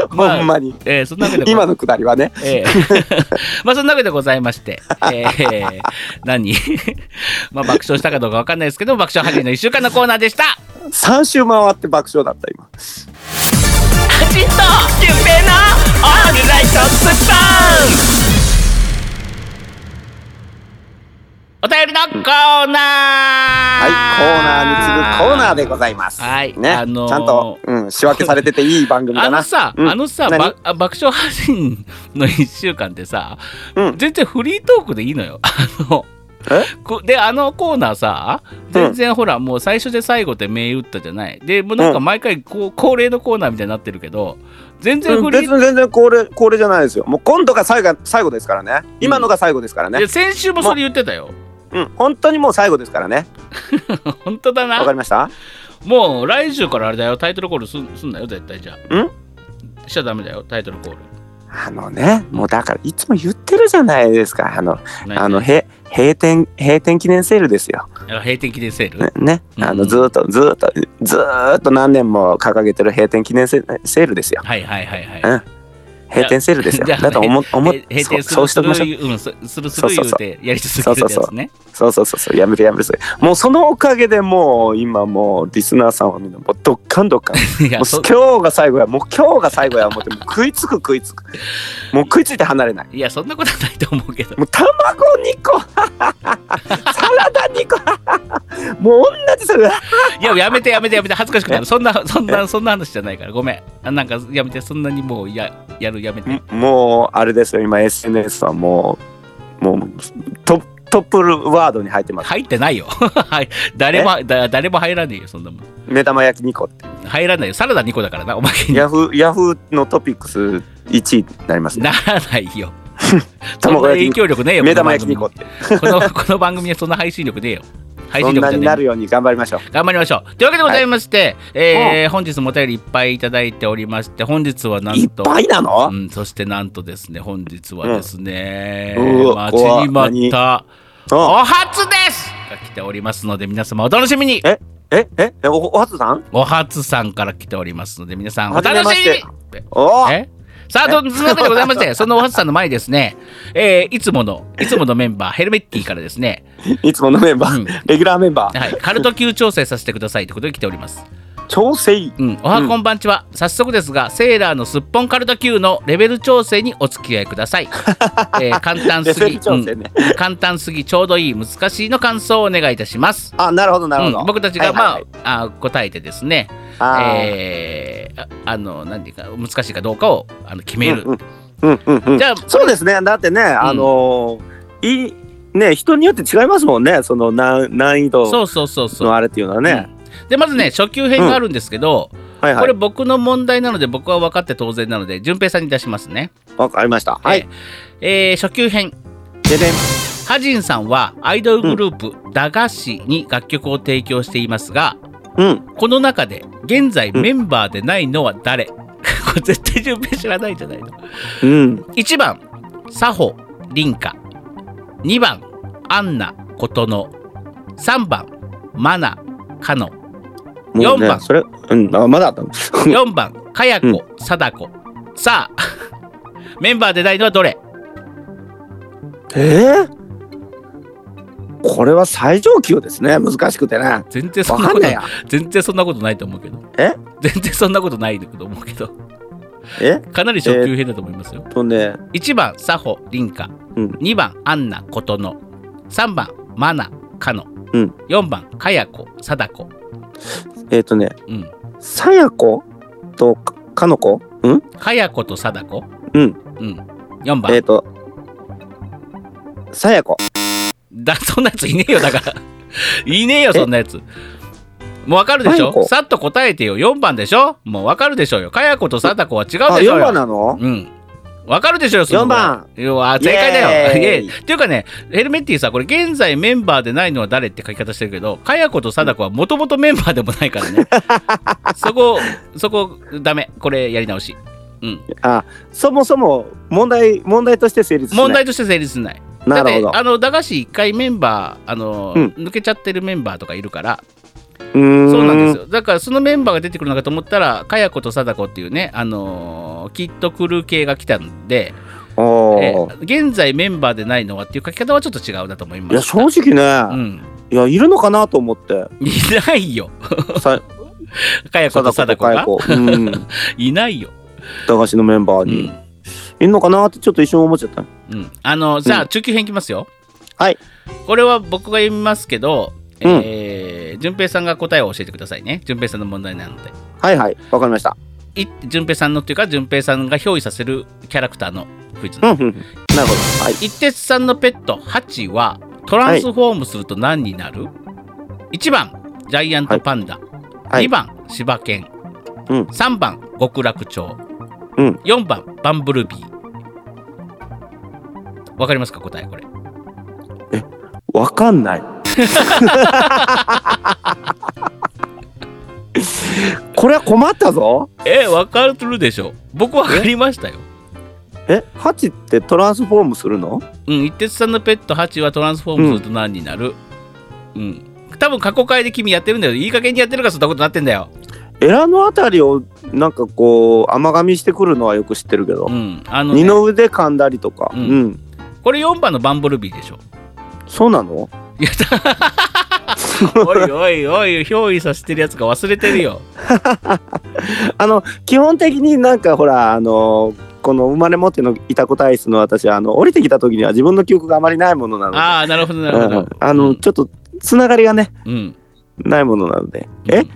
Speaker 2: ま [LAUGHS] あ、ほんまに、
Speaker 1: えー、そんなわけ
Speaker 2: で今のくだりはね、
Speaker 1: えー、 [LAUGHS] まあそんなわけでございまして、えー、何 [LAUGHS] まあ爆笑したかどうかわかんないですけど爆笑ハリーの1週間のコーナーでした
Speaker 2: 3週回って爆笑だった今
Speaker 1: ちっとキュンペイのオールライトスパンお便りのコーナー、はい、コー
Speaker 2: ナーに次ぐコーナーでございます。
Speaker 1: はい、
Speaker 2: ね、あのー、ちゃんと、うん、仕分けされてていい番組だな。
Speaker 1: あのさ、うん、あのさ、ば爆笑発信の一週間ってさ、うん、全然フリートークでいいのよ。 [LAUGHS] あの。であのコーナーさ全然ほら、うん、もう最初で最後って銘打ったじゃないでもうなんか毎回こう、恒例のコーナーみたいになってるけど全然
Speaker 2: フリー、うん、全然恒例恒例じゃないですよもう今度が最後最後ですからね今のが最後ですからね、うん、
Speaker 1: 先週もそれ言ってたよ
Speaker 2: うん、本当にもう最後ですからね。
Speaker 1: 本当だな。
Speaker 2: わかりました
Speaker 1: もう来週からあれだよ、タイトルコールすすんなよ、絶対じゃあ。
Speaker 2: うん
Speaker 1: しちゃダメだよ、タイトルコール。
Speaker 2: あのね、もうだからいつも言ってるじゃないですか、あの、あのへ閉店閉店記念セールですよ。
Speaker 1: 閉店記念セール
Speaker 2: ね、ね、あの、うん、ずっとずっとずっと何年も掲げてる閉店記念セールですよ。
Speaker 1: はいはいはいはい。うん
Speaker 2: 閉店セー
Speaker 1: [LAUGHS]
Speaker 2: ルですよ。だと思思閉
Speaker 1: 店するするするする言うてやり続けるやつね。
Speaker 2: そうそうそうそうやめてやめて。もうそのおかげでもう今もうリスナーさんはみんなもうドッカンドッカン。もう今日が最後やもう今日が最後や思ってもう食いつく食いつく。もう食いついて離れない。
Speaker 1: いやそんなことはないと思うけど。
Speaker 2: もう卵2個 [LAUGHS] サラダ2個 [LAUGHS] もう同じそれ。
Speaker 1: いややめてやめてやめて恥ずかしくなる。そんなそんなそんな話じゃないからごめん。あなんかやめてそんなにもうややる。やめて
Speaker 2: もうあれですよ今 SNS はもうもうトトップワードに入ってます
Speaker 1: 入ってないよ [LAUGHS] 誰もだ誰も入らねえよそんなもん
Speaker 2: 目玉焼き2個って
Speaker 1: 入らないよサラダ2個だからなおまけ
Speaker 2: にヤフヤフーのトピックス1位になります、
Speaker 1: ね、 [LAUGHS] ならないよそんな影響力ねえよ
Speaker 2: 目玉焼き2個って
Speaker 1: この [LAUGHS] この番組はそんな配信力ねえよ配信
Speaker 2: 力になるように頑張りましょう
Speaker 1: 頑張りましょうというわけでございまして、はい、えー、本日もお便りいっぱいいただいておりまして本日はなんと
Speaker 2: いっぱいなの、
Speaker 1: うん、そしてなんとですね本日はですね、うん、待ちに待ったお初ですが来ておりますので皆様お楽しみに
Speaker 2: えええおお初さん
Speaker 1: お初さんから来ておりますので皆さんお楽しみに
Speaker 2: お
Speaker 1: えさあ、というわけでございまして、そのおはつさんの前にですね、えー、いつもの、いつものメンバー、ヘルメッティからですね、
Speaker 2: いつものメンバー、うん、レギュラーメンバー、
Speaker 1: はい、カルト級調整させてくださいということで来ております。
Speaker 2: 調整、
Speaker 1: うん、おはこんばんちは、うん、早速ですがセーラーのすっぽんカルト級のレベル調整にお付き合いくだ [LAUGHS] さい、えー、簡単すぎ、ねうん、簡単すぎちょうどいい難しいの感想をお願いいたします
Speaker 2: あなるほどなるほど、うん、
Speaker 1: 僕たちが、まあ、はいはい、あ答えてですねあ、えー、あの何ていうか難しいかどうかをあの決める、
Speaker 2: じゃあそうですねだってね、あのー、いね人によって違いますもんねその難難易度のあれっていうのはねそうそうそうそう
Speaker 1: でまずね、うん、初級編があるんですけど、うんはいはい、これ僕の問題なので僕は分かって当然なので順平さんに出しますね。
Speaker 2: わかりました。はい。
Speaker 1: えー、初級編。
Speaker 2: ででん。
Speaker 1: ハジンさんはアイドルグループ、うん、駄菓子に楽曲を提供していますが、
Speaker 2: うん、
Speaker 1: この中で現在メンバーでないのは誰、 [LAUGHS] これ絶対順平知らないじゃないの。
Speaker 2: うん、
Speaker 1: 1番佐保凛花2番アンナ琴乃3番マナかの。
Speaker 2: 4番、ね、それ、うん、あまだあったの
Speaker 1: ?4 番、かやこ、貞子。さあ、 [LAUGHS] メンバーでないのはどれ
Speaker 2: えー、これは最上級ですね、難しくてね。
Speaker 1: 全然そんなことない。全然そんなことないと思うけど。
Speaker 2: え
Speaker 1: 全然そんなことないと思うけど。
Speaker 2: え
Speaker 1: かなり初級編だと思いますよ。
Speaker 2: えー、とね、
Speaker 1: 1番、佐保凛香、うん、2番、アンナ琴乃、3番、マナかの。
Speaker 2: うん、
Speaker 1: 4番かやこ貞子
Speaker 2: えっ、ー、とね、
Speaker 1: うん、
Speaker 2: さやことかのこうん
Speaker 1: かやこと貞子
Speaker 2: うん、
Speaker 1: うん、4番
Speaker 2: えっ、ー、とさやこ
Speaker 1: だそんなやついねえよだからいねえよそんなやつもうわかるでしょさっと答えてよ4番でしょもうわかるでしょうよかやこと貞子は違うでしょ
Speaker 2: よあ4番なの
Speaker 1: うんわかるでしょ
Speaker 2: 4番
Speaker 1: 正解だよイエって [LAUGHS] いうかねヘルメッティさこれ現在メンバーでないのは誰って書き方してるけどかや子と貞子はもともとメンバーでもないから
Speaker 2: [LAUGHS]
Speaker 1: ねそこそこダメこれやり直しうん、
Speaker 2: あそもそも問題問題として成立
Speaker 1: 問題として成立しない
Speaker 2: なるほど
Speaker 1: あの駄菓子1回メンバーあの、うん、抜けちゃってるメンバーとかいるから
Speaker 2: うん
Speaker 1: そうなんですよだからそのメンバーが出てくるのかと思ったらかや子と貞子っていうね、あのー、きっと来る系が来たんでえ現在メンバーでないのはっていう書き方はちょっと違うなと思います
Speaker 2: いや正直ね、うん、いやいるのかなと
Speaker 1: [LAUGHS]
Speaker 2: 思って
Speaker 1: いないよかや子と貞子が、うん、いないよ
Speaker 2: 駄菓子のメンバーに、うん、いるのかなってちょっと一瞬思っちゃった、
Speaker 1: うん、あのじゃあ中級編いきますよ、
Speaker 2: はい
Speaker 1: これは僕が読みますけど、うん、えー、順平さんが答えを教えてくださいね順平さんの問題なので
Speaker 2: はいはいわかりました
Speaker 1: い順平さんのっていうか順平さんが憑依させるキャラクターのクイズなるほど、
Speaker 2: はい、
Speaker 1: 一徹さんのペットハチはトランスフォームすると何になる、はい、1番ジャイアントパンダ、はい、2番柴犬、うん、3番極楽鳥
Speaker 2: うん、4
Speaker 1: 番バンブルビーわかりますか答えこれ
Speaker 2: えわかんないこれは困ったぞ
Speaker 1: えわかるでしょ僕わかりましたよ
Speaker 2: えハチってトランスフォームするの
Speaker 1: うん一徹さんのペットハチはトランスフォームすると何になるうん、うん、多分過去回で君やってるんだよいい加減にやってるからそんなことなってんだよ
Speaker 2: エラのあたりをなんかこう甘噛みしてくるのはよく知ってるけど、
Speaker 1: うん
Speaker 2: あの、ね、二の腕噛んだりとか、うん、うん、
Speaker 1: これ4番のバンブルビーでしょ
Speaker 2: そうなの
Speaker 1: いやおいおいおい憑依させてるやつが忘れてる [LAUGHS] よ
Speaker 2: あの基本的になんかほらあのこの生まれ持ってのいたこ体質の私はあの降りてきた時には自分の記憶があまりないものなので
Speaker 1: ああなるほどなるほど、うん、
Speaker 2: あの、ちょっとつながりがね、
Speaker 1: うん、
Speaker 2: ないものなので、うん、え、うん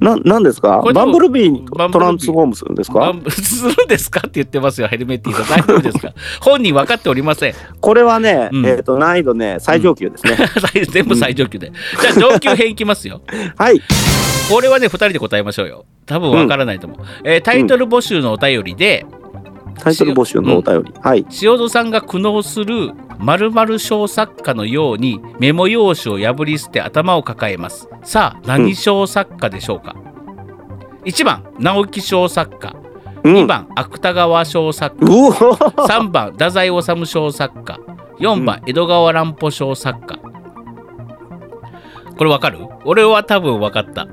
Speaker 2: ななんですかバンブルビーにトランスフォームするんですか
Speaker 1: するんですかって言ってますよヘルメッティさん大丈夫ですか [LAUGHS] 本人分かっておりません [LAUGHS]
Speaker 2: これはね、うん、えっ、ー、と難易度ね最上級ですね、
Speaker 1: うん、全部最上級で、うん、じゃあ上級編いきますよ
Speaker 2: [LAUGHS] はい
Speaker 1: これはね2人で答えましょうよ多分分からないと思う、えー、タイトル募集のお便りで、
Speaker 2: タイトル募集のお便り、はい
Speaker 1: 塩戸さんが苦悩する〇〇小作家のようにメモ用紙を破り捨て頭を抱えますさあ何小作家でしょうか、うん、1番直木小作家、うん、2番芥川小作家3番太宰治小作家4番、うん、江戸川乱歩小作家これわかる俺は多分分かった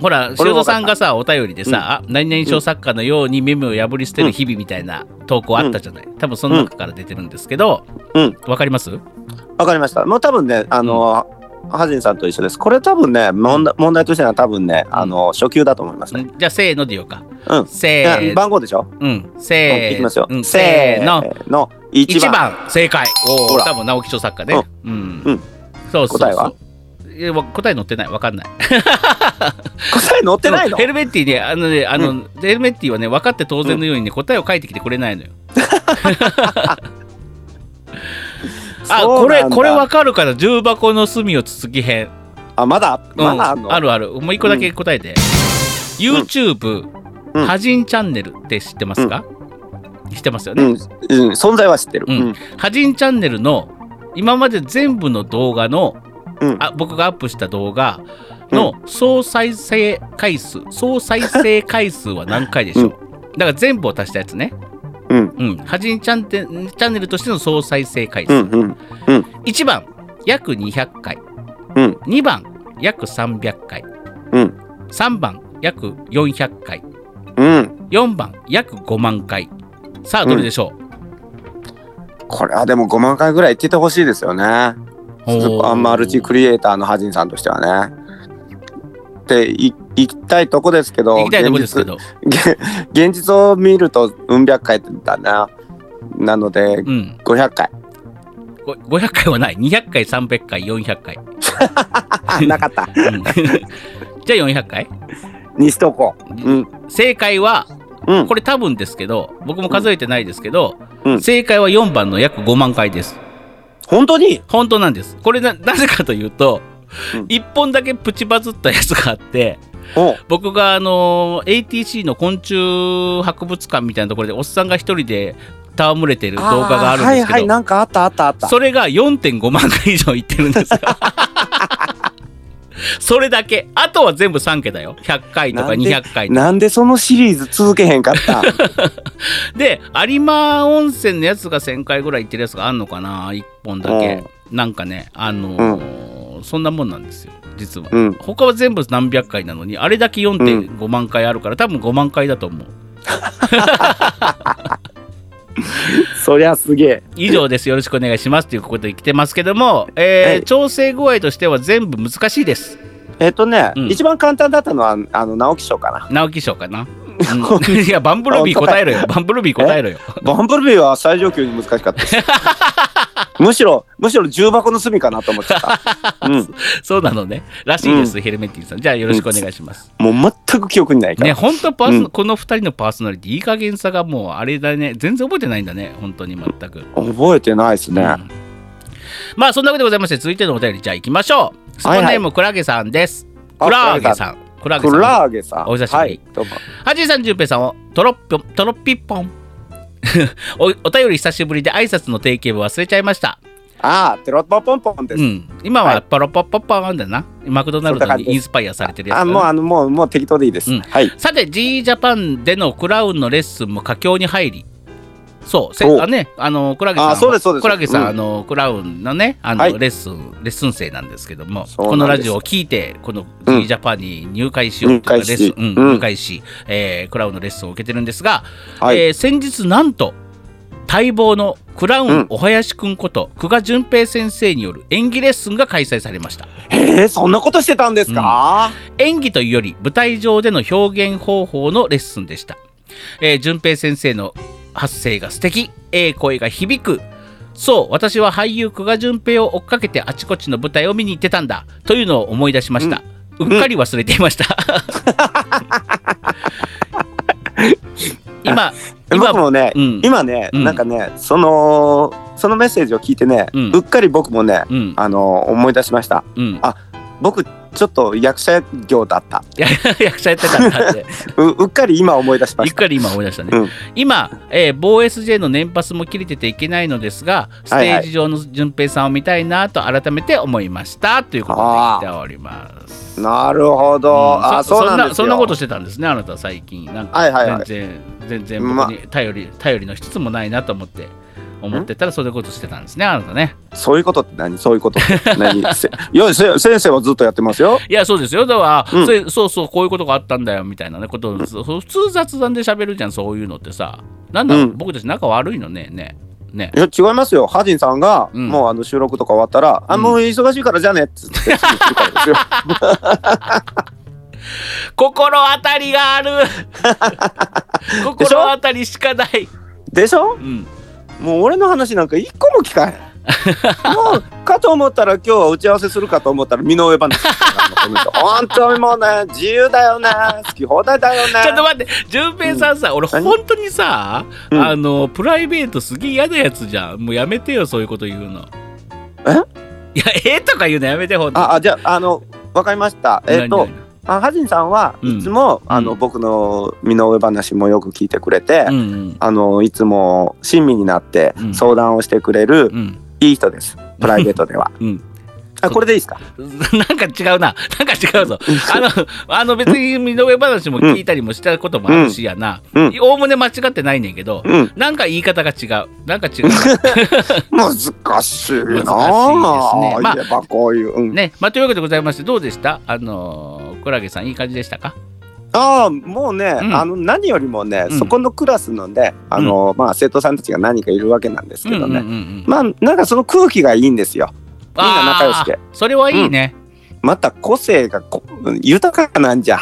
Speaker 1: ほら塩戸さんがさお便りでさ、うん、何々小作家のようにメモを破り捨てる日々みたいな投稿あったじゃない、うん、多分その中から出てるんですけど、
Speaker 2: うん、
Speaker 1: 分かります
Speaker 2: 分かりましたもう多分ねあの、うん、ハジンさんと一緒ですこれ多分ね問題問題としては多分ねあの初級だと思います、ね、
Speaker 1: じゃあせーので言おうか、
Speaker 2: うん、
Speaker 1: せー
Speaker 2: 番号でしょ
Speaker 1: うんせ
Speaker 2: ー、いきますよ、
Speaker 1: せーの
Speaker 2: の
Speaker 1: 1番 ,1 番正解おお多分直木賞作家ねうん、うん、そうそうそう
Speaker 2: 答えはい
Speaker 1: や答え載ってないわかんない
Speaker 2: 答え載ってないの
Speaker 1: ヘルメッティねあのねあの、うん、ヘルメッティはね分かって当然のようにね、うん、答えを書いてきてくれないのよあこれこれ分かるから重箱の隅をつつき編
Speaker 2: あまだまだある、うん、
Speaker 1: あるあるもう一個だけ答えて、YouTube、うん、ハジンチャンネルって知ってますか、知ってますよね、うん
Speaker 2: 存在は知ってる、
Speaker 1: ハジンチャンネルの今まで全部の動画のうん、あ僕がアップした動画の総再生回数、うん、総再生回数は何回でしょう、うん、だから全部を足したやつね。。
Speaker 2: うん。うん
Speaker 1: はじんチャンネチャンネルとしての総再生回数。うんうん
Speaker 2: うん、
Speaker 1: 1番、約200回。
Speaker 2: うん、2
Speaker 1: 番、約300回。
Speaker 2: うん、
Speaker 1: 3番、約400回。
Speaker 2: うん、
Speaker 1: 4番、約5万回。さあ、どれでしょう、
Speaker 2: これはでも5万回ぐらい言っててほしいですよね。スマルチクリエイターのハジンさんとしてはね。って行きたいとこですけど
Speaker 1: 行きたいとこですけど
Speaker 2: 現実 [LAUGHS] を見るとうん百回だななので、うん、500回
Speaker 1: 500回はない200回300回400回
Speaker 2: なかっ
Speaker 1: [LAUGHS]
Speaker 2: たうん、
Speaker 1: じゃあ400回
Speaker 2: にしとこ
Speaker 1: う、うん、正解は、うん、これ多分ですけど僕も数えてないですけど、正解は4番の約5万回です
Speaker 2: 本当に
Speaker 1: 本当なんですこれななぜかというと、うん、1本だけプチバズったやつがあって、僕があの ATC の昆虫博物館みたいなところでおっさんが一人で戯れてる動画があるんですけど、はいはい、
Speaker 2: なんかあったあったあった
Speaker 1: それが4.5万回以上いってるんです
Speaker 2: [LAUGHS]
Speaker 1: よそれだけあとは全部3桁よ100回とか200回と
Speaker 2: かなんでそのシリーズ続けへんかった
Speaker 1: [LAUGHS] で有馬温泉のやつが1000回ぐらい行ってるやつがあんのかな1本だけ、うん、なんかねあのーうん、そんなもんなんですよ実は、うん、他は全部何百回なのにあれだけ4.5万回あるから、多分5万回だと思う
Speaker 2: そりゃすげえ。
Speaker 1: 以上です。よろしくお願いします。ということで来てますけども、えー、調整具合としては全部難しいです。
Speaker 2: えっとね、うん、一番簡単だったのは、あの直木賞かな。
Speaker 1: 直木賞かな。うん、いや、バンブルビー答えろよ。バンブルビー答えろよ。
Speaker 2: バンブルビーは最上級に難しかったです。 [LAUGHS] むしろ、むしろ重箱の隅かなと思ってた。 [LAUGHS]
Speaker 1: うん、そうなのね。らしいです、うん、ヘルメッティさん。じゃあよろしくお願いします。
Speaker 2: もう全く記憶にないから。
Speaker 1: ね、本当パーソ、うん、この2人のパーソナリティ、いい加減さがもうあれだね。全然覚えてないんだね。本当に全く。
Speaker 2: 覚えてないですね。
Speaker 1: まあ、そんなわけでございまして、続いてのお便り、じゃあ行きましょう。スポネームクラゲさんです。はいはい、クラゲさん。
Speaker 2: クラゲさん。
Speaker 1: お久しぶり。はい、はじいさん、じゅんぺいさんをトロッピョン、トロッピッポン。 [LAUGHS] おお便り久しぶりで挨拶の定型文忘れちゃいました。、
Speaker 2: ああ、テロッポポンポンです。うん
Speaker 1: 今はパロポポポンだな。マクドナルドにインスパイアされてるやつ、
Speaker 2: ね、あもうあのもうもう適当でいいです。うんはい、
Speaker 1: さて G ジャパンでのクラウンのレッスンも佳境に入り。そう、せあね、あのクラゲさん、クラゲさん、うん、あのクラウンのね、あの、はい、レッスンレッスン生なんですけども、このラジオを聞いてこの G ジャパンに入会しようというレッスン、うん、入会し、えー、クラウンのレッスンを受けてるんですが、はい、えー、先日なんと待望のクラウンおはやしくんこと久我淳平先生による演技レッスンが開催されました。
Speaker 2: へえ、そんなことしてたんですか、
Speaker 1: うん、演技というより舞台上での表現方法のレッスンでした。えー、淳平先生の発声が素敵ええ声が響くそう私は俳優久我淳平を追っかけてあちこちの舞台を見に行ってたんだというのを思い出しました、うん、うっかり忘れていました、 [LAUGHS]
Speaker 2: 今今もね、うん、今ね、うん、なんかねそのそのメッセージを聞いてね、うん、うっかり僕もね、あのー、思い出しました、あ僕ちょっと役者業だった。
Speaker 1: [LAUGHS] 役者やってたんだって
Speaker 2: う。うっかり今思い出しまし
Speaker 1: う
Speaker 2: た。
Speaker 1: っかり今思い出したね。うん、今、えー、某 SJ の年パスも切れてていけないのですが、ステージ上の淳平さんを見たいなと改めて思いました、はいはい、ということで来ております。
Speaker 2: なるほど。うん、あそ
Speaker 1: んなそんなことしてたんですね、あなた最近。なんか全然、はいはいはい、全然僕に頼り、頼りの一つもないなと思って。思ってたらそういうことしてたんですねあなたね
Speaker 2: そういうことって何そういうこと
Speaker 1: [LAUGHS]
Speaker 2: って何いや先生はずっとやってますよ
Speaker 1: いやそうですよだから、うん、そうそうこういうことがあったんだよみたいなねことを、うん、普通雑談で喋るじゃんそういうのってさなんだ、うん、僕たち仲悪いのねねね、
Speaker 2: いや違いますよ、ハジンさんが、うん、もうあの収録とか終わったら、あもう忙しいからじゃねっつって
Speaker 1: 心当たりがある心当たりしかない
Speaker 2: でしょ、うんもう俺の話なんか一個も聞かへん。
Speaker 1: [LAUGHS]
Speaker 2: もうかと思ったら今日は打ち合わせするかと思ったら身の
Speaker 1: [LAUGHS]
Speaker 2: 上話本当にもうね自由だよね好き放題だよね
Speaker 1: ちょっと待って淳平さんさ、うん、俺本当にさ、うん、あのプライベートすげえ嫌なやつじゃんもうやめてよそういうこと言うの
Speaker 2: え
Speaker 1: いやえー、とか言うのやめてほん
Speaker 2: とああじゃああのわかりましたえっ、ー、とあハジンさんはいつも、うん、あの、うん、僕の身の上話もよく聞いてくれて、うん、あのいつも親身になって相談をしてくれる、いい人ですプライベートで [LAUGHS] は。あこれでいいですか
Speaker 1: [LAUGHS] なんか違うななんか違うぞあのあの別に身の上話も聞いたりもしたこともあるしやなおおむね間違ってないねんけど、うん、なんか言い方が違うなんか違う
Speaker 2: 難しいな難しいですね
Speaker 1: ま、
Speaker 2: あこういう、うん
Speaker 1: ねまあというわけでございましてどうでしたあのー、クラゲさんいい感じでしたか
Speaker 2: ああもうね、うん、あの何よりもね、うん、そこのクラスのねあのー、まあ生徒さんたちが何かいるわけなんですけどね、うんうんうんうん、まあなんかその空気がいいんですよみんな仲良しで。
Speaker 1: それはいいね。
Speaker 2: うん、また個性が豊かなんじゃ。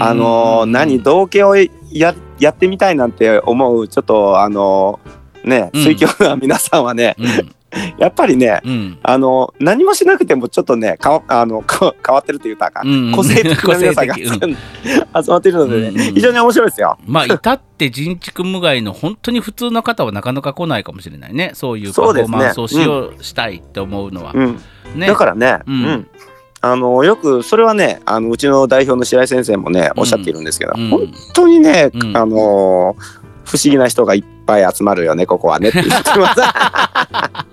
Speaker 2: あの何同系をややってみたいなんて思うちょっとあのね水郷な皆さんはね、うん、やっぱりね、うん、あの何もしなくてもちょっとねかあの [LAUGHS] 変わってるというか、うんうん、個性的な皆さん [LAUGHS] が集まってるので、ね [LAUGHS] うんうん、非常に面白いですよ。
Speaker 1: まあ至って人畜無害の本当に普通の方はなかなか来ないかもしれないねそういうパフォーマンスをしよう、ねうん、したいって思うのは。
Speaker 2: ね、だからね、うんあのよくそれはねあのうちの代表の白井先生もねおっしゃっているんですけど、うん、本当にね、うん、あの不思議な人がいっぱい集まるよねここはねって言って [LAUGHS] ます。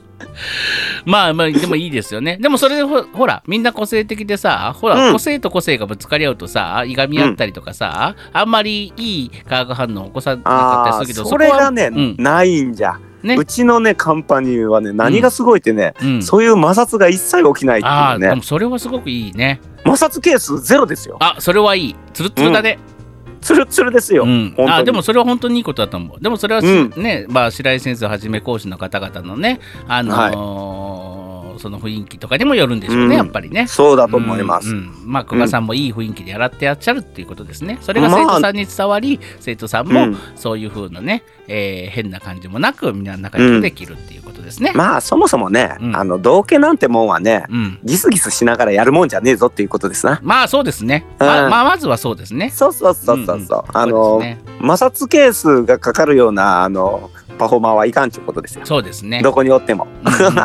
Speaker 1: まあまあでもいいですよね。でもそれでほらみんな個性的でさほら、うん、個性と個性がぶつかり合うとさいがみ合ったりとかさ、うん、あんまりいい化学反応を起こさなかったりするけど
Speaker 2: それがね、うん、ないんじゃ。ね、うちのねカンパニーはね何がすごいってね、そういう摩擦が一切起きないっていうね。
Speaker 1: でもそれはすごくいいね。
Speaker 2: 摩擦係数ゼロですよ。
Speaker 1: あそれはいい。つるつるだね。、
Speaker 2: つるつるですよ、うん
Speaker 1: あでもそれは本当にいいことだと思うでもそれは、うん、ね、まあ、白井先生はじめ講師の方々のねあのーはい、その雰囲気とかにもよるんでしょうね、うん、やっぱりね
Speaker 2: そうだと思います、
Speaker 1: まあ久我さんもいい雰囲気でやらってらっしゃるっていうことですねそれが生徒さんに伝わり、まあ、生徒さんもそういうふうなね、えー、変な感じもなくみんな仲良くできるっていうことですね、
Speaker 2: まあそもそもね、あの道家なんてもんはね、ギスギスしながらやるもんじゃねえぞっていうことですな
Speaker 1: まあそうですね、まあ、まあまずはそうですね
Speaker 2: そうそうそうそうそう、うん、あの、ね、摩擦係数がかかるようなあのパフォーマーはいかんということですよ
Speaker 1: そうですね
Speaker 2: どこにおっても、 [LAUGHS] うんうん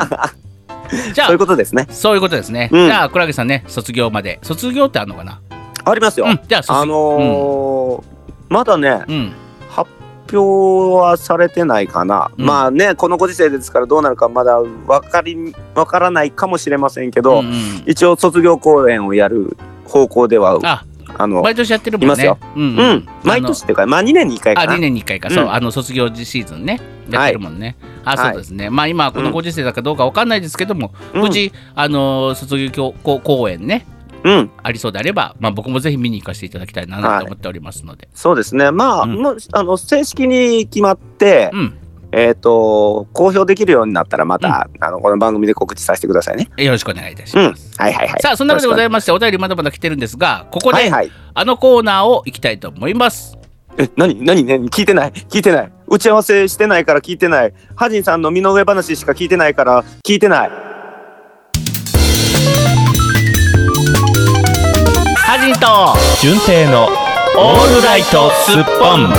Speaker 2: じゃあそういうことですね
Speaker 1: そういうことですね、うん、じゃあ倉木さんね卒業まで卒業ってあるのかな
Speaker 2: ありますよ、うん、
Speaker 1: じゃあ
Speaker 2: あのー、まだね、発表はされてないかな、まあねこのご時世ですからどうなるかまだ分かり分からないかもしれませんけど、うんうん、一応卒業公演をやる方向ではあ
Speaker 1: あの毎年やってるもんね。
Speaker 2: うん、うん、毎年っていうか、まあ2年に1回かな。
Speaker 1: あ、2年に1回か、そう、うん、あの卒業シーズンね、やってるもんね。はい、あ、そうですね。はい、まあ今このご時世だかどうかわかんないですけども、うん、無事あの卒業公演ね。うん、ありそうであれば、まあ、僕もぜひ見に行かせていただきたいなと思っておりますので、はい、
Speaker 2: そうですねまあ,、うん、あの正式に決まって、うん、えーと、と公表できるようになったらまた、うん、あのこの番組で告知させてくださいね
Speaker 1: よろしくお願いいたします、
Speaker 2: うん、はいはいはい
Speaker 1: さあそんなわけでございましてお便りまだまだ来てるんですがここで、はいはい、あのコーナーをいきたいと思います
Speaker 2: え何何何聞いてない聞いてない打ち合わせしてないから聞いてないハジンさんの身の上話しか聞いてないから聞いてない
Speaker 1: ハジンと
Speaker 3: 純正のオールライトスッポン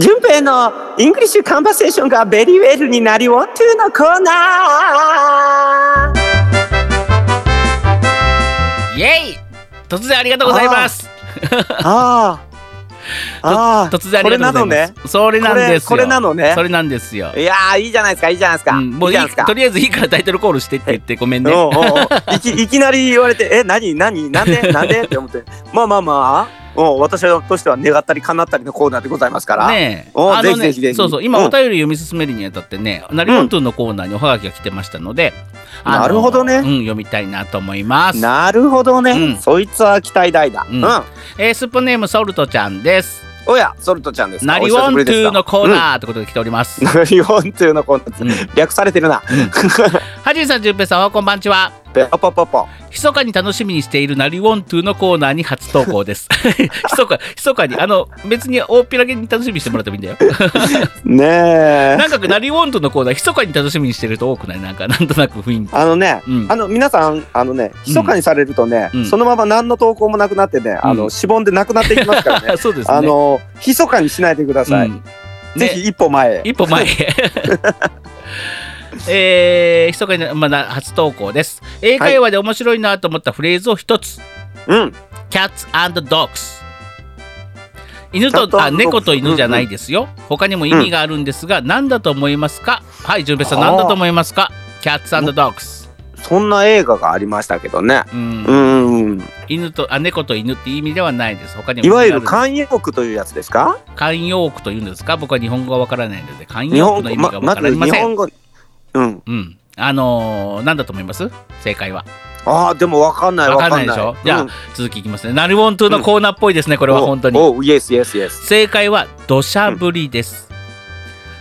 Speaker 2: 順平のイングリッシュカンバセーションがベリーウェルになりおとのコーナ
Speaker 1: ーイエイ突然ありがとうございます [LAUGHS]
Speaker 2: ああ
Speaker 1: 突然ありがとうございますそれなんです
Speaker 2: これなのね
Speaker 1: それなんですよ
Speaker 2: いやいいじゃないですかいいじゃないですか、うん、
Speaker 1: もういいとりあえずいいからタイトルコールしてって言ってごめんね
Speaker 2: [LAUGHS] いきいきなり言われてえ何何なんでなんでって思ってまあまあまあお私としては願ったり叶ったりのコーナーでございますから
Speaker 1: ね
Speaker 2: お
Speaker 1: あの
Speaker 2: ねぜ
Speaker 1: そうそう今お便り読み進めるにあたってね、うん、なり本当のコーナーにおはがきが来てましたので、
Speaker 2: うん、なるほどね、うん、
Speaker 1: 読みたいなと思います
Speaker 2: なるほどね、そいつは期待大だうん、
Speaker 1: えー、スプネームソルトちゃんです
Speaker 2: おや、ソルトちゃんです
Speaker 1: なりワントゥーのコーナーってことで来ております。
Speaker 2: [LAUGHS] なりワントゥーのコーナー、略されてるな。
Speaker 1: はじいさん、じゅんぺいさん、こんばんちは。
Speaker 2: ぺぽぽぽぽ。
Speaker 1: 密かに楽しみにしているなりワントゥーのコーナーに初投稿です。 [LAUGHS] 密か、密かに、あの、別に大っぴらげに楽しみにしてもらってもいいんだよ。
Speaker 2: ねえ。
Speaker 1: なんか、なりワントゥーのコーナー、密かに楽しみにしてると多くない、なんか、なんとなく雰囲気。
Speaker 2: あのね、あの、皆さん、あのね、密かにされるとね、そのまま何の投稿もなくなってね、あの、しぼんでなくなっていきますからね。
Speaker 1: [LAUGHS] そうですね。
Speaker 2: あの。密かにしないでください。うんね、ぜひ一歩前
Speaker 1: 一歩前 [LAUGHS] えー、密かに、まだ初投稿です。英会話で面白いなと思ったフレーズを一つ。
Speaker 2: うん。
Speaker 1: cats and dogs。犬とあ猫と犬じゃないですよ、うんうん、他にも意味があるんですが、うん、何だと思いますかはい純平さん何だと思いますか cats and dogs
Speaker 2: そんな映画がありましたけどね。うん。うん
Speaker 1: 犬とあ猫と犬って意味ではないです。他に
Speaker 2: いわゆる慣用句というやつですか？
Speaker 1: 慣用句というんですか？僕は日本語がわからないので慣用句の意味がわかりません。まま、日本語。
Speaker 2: うん。
Speaker 1: うん。あのー、なんだと思います？正解は。
Speaker 2: ああでもわかんないわかんない
Speaker 1: でしょ。じゃあ、続きいきますね。ナルウォントゥのコーナーっぽいですね。これは本当に。
Speaker 2: おイエスイエスイエス。
Speaker 1: 正解は土砂降りです。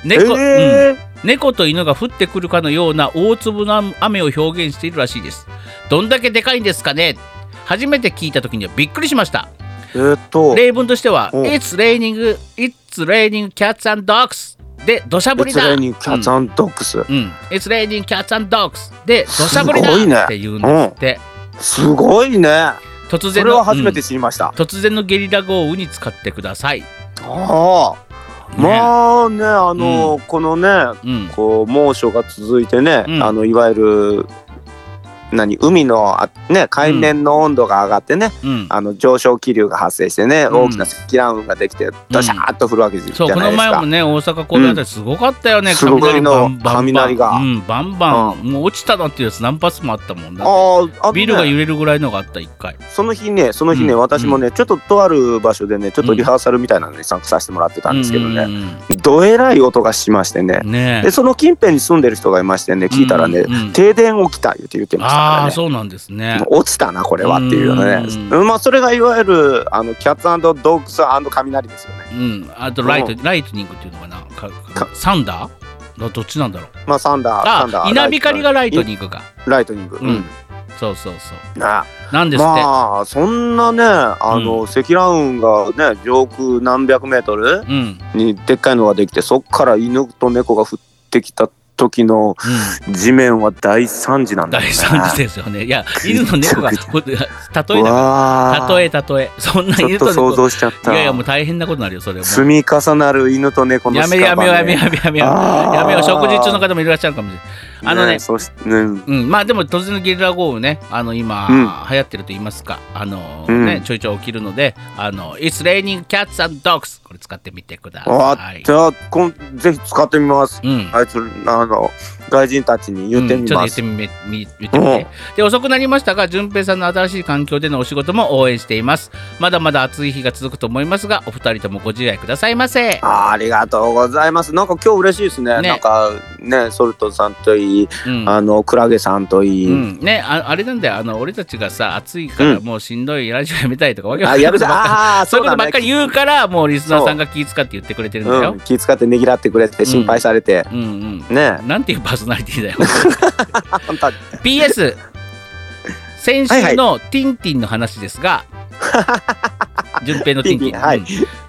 Speaker 1: 猫、えー猫と犬が降ってくるかのような大粒の雨を表現しているらしいですどんだけでかいんですかね初めて聞いた時にはびっくりしました
Speaker 2: えー、っと
Speaker 1: 例文としては「It's raining It's raining cats and dogs」で土砂降りだ
Speaker 2: It's raining cats and dogs、
Speaker 1: うんうん、It's raining cats and dogs で土砂降りだって言うんですって、
Speaker 2: すごいね、うん、
Speaker 1: 突然
Speaker 2: の初めて知りました、
Speaker 1: 突然のゲリラ豪雨に使ってください
Speaker 2: ああまあねあの、このね
Speaker 1: うん。
Speaker 2: こう猛暑が続いてね、
Speaker 1: うん
Speaker 2: あのいわゆる何海のあね海面の温度が上がってね、
Speaker 1: うん。
Speaker 2: あの上昇気流が発生してね、
Speaker 1: ん
Speaker 2: 大きな積乱雲ができてドシャーッと降るわけじゃないですか。
Speaker 1: そうこの前もね大阪神戸あたりすごかったよね、
Speaker 2: うんすごい
Speaker 1: バンバン
Speaker 2: 雷が
Speaker 1: うん、バンバン、もう落ちたのっていうやつ何発もあったもんだって
Speaker 2: あーあとね
Speaker 1: ビルが揺れるぐらいのがあった一回
Speaker 2: その日ねその日ね、
Speaker 1: うん
Speaker 2: 私もねちょっととある場所でねちょっとリハーサルみたいなのに参加させてもらってたんですけどね、
Speaker 1: うんうん
Speaker 2: どえらい音がしましてね
Speaker 1: うんねえ
Speaker 2: でその近辺に住んでる人がいましてね聞いたらね、
Speaker 1: うんうん
Speaker 2: 停電起きた言って言ってましたから
Speaker 1: ああ
Speaker 2: ね。
Speaker 1: そうなんですね
Speaker 2: 落ちたなこれはっていうようなね
Speaker 1: う
Speaker 2: まあそれがいわゆるあのキャッツドッグス雷ですよね
Speaker 1: うんあとライトライトニングっていうのかなかかサンダーどどっちなんだろう
Speaker 2: まあサンダーサンダ
Speaker 1: あ
Speaker 2: ー
Speaker 1: 稲光がライト
Speaker 2: ン
Speaker 1: ニングか
Speaker 2: グライトニング、
Speaker 1: う
Speaker 2: うんん
Speaker 1: そうそうそう
Speaker 2: な
Speaker 1: なんですって、
Speaker 2: まあそんなねあの、
Speaker 1: う
Speaker 2: 積乱雲がね上空何百メートル
Speaker 1: うんうん
Speaker 2: にでっかいのができてそっから犬と猫が降ってきた時の地面は大惨事なんだよね
Speaker 1: 大惨事ですよねい
Speaker 2: [LAUGHS]
Speaker 1: や犬と猫が例えだ
Speaker 2: う
Speaker 1: から
Speaker 2: わ
Speaker 1: 例
Speaker 2: ー
Speaker 1: え例えそんな
Speaker 2: ちょ
Speaker 1: 犬
Speaker 2: っ
Speaker 1: と
Speaker 2: と想
Speaker 1: 猫
Speaker 2: 像しちゃっ
Speaker 1: い
Speaker 2: た
Speaker 1: やいやもう大変なことになるよそれも
Speaker 2: 積み重なる犬と猫の
Speaker 1: やめようやめようやめようやめようやめよ
Speaker 2: あ
Speaker 1: う
Speaker 2: ー
Speaker 1: やめよう食事中の方もいらっしゃるかもしれないあのね
Speaker 2: そしうん
Speaker 1: うん、まあでも突然のゲリラ豪雨ねあの今、
Speaker 2: うん
Speaker 1: 流行ってると言いますかあの
Speaker 2: うん
Speaker 1: ねちょいちょい起きるので「あの It's raining cats and dogs」これ使ってみてくださ
Speaker 2: あ
Speaker 1: い
Speaker 2: じ。ゃあこんぜひ使ってみます。
Speaker 1: うん
Speaker 2: あいつあの外人たちに言ってみ
Speaker 1: うん
Speaker 2: ま
Speaker 1: ち
Speaker 2: す。
Speaker 1: ょっと言ってみみ言ってみて、で遅くなりましたが順平さんの新しい環境でのお仕事も応援していますまだまだ暑い日が続くと思いますがお二人ともご自愛くださいませ
Speaker 2: あありがとうございます。なんか今日嬉しいですね。
Speaker 1: ね
Speaker 2: なんかねソルトさんといい、
Speaker 1: うん
Speaker 2: あのクラゲさんといい。
Speaker 1: うんね、ああれなんだよあの俺たちがさ暑いから
Speaker 2: う
Speaker 1: もうしんどいラジオやめたいとかわけわか
Speaker 2: あ
Speaker 1: んな
Speaker 2: や
Speaker 1: い
Speaker 2: るぞ。ああ
Speaker 1: そういうことばっかり
Speaker 2: う
Speaker 1: 言うからもうリスナーさんが気遣って言ってくれてるんだ
Speaker 2: だね。う
Speaker 1: よ
Speaker 2: ん、。気遣ってねぎらってくれて心配されて、
Speaker 1: うんうん
Speaker 2: ね
Speaker 1: なんていうパーソナリティだよ。
Speaker 2: あんた
Speaker 1: PS 先週のティンティンの話です [LAUGHS] が、順平のティンティン。
Speaker 2: はい
Speaker 1: うん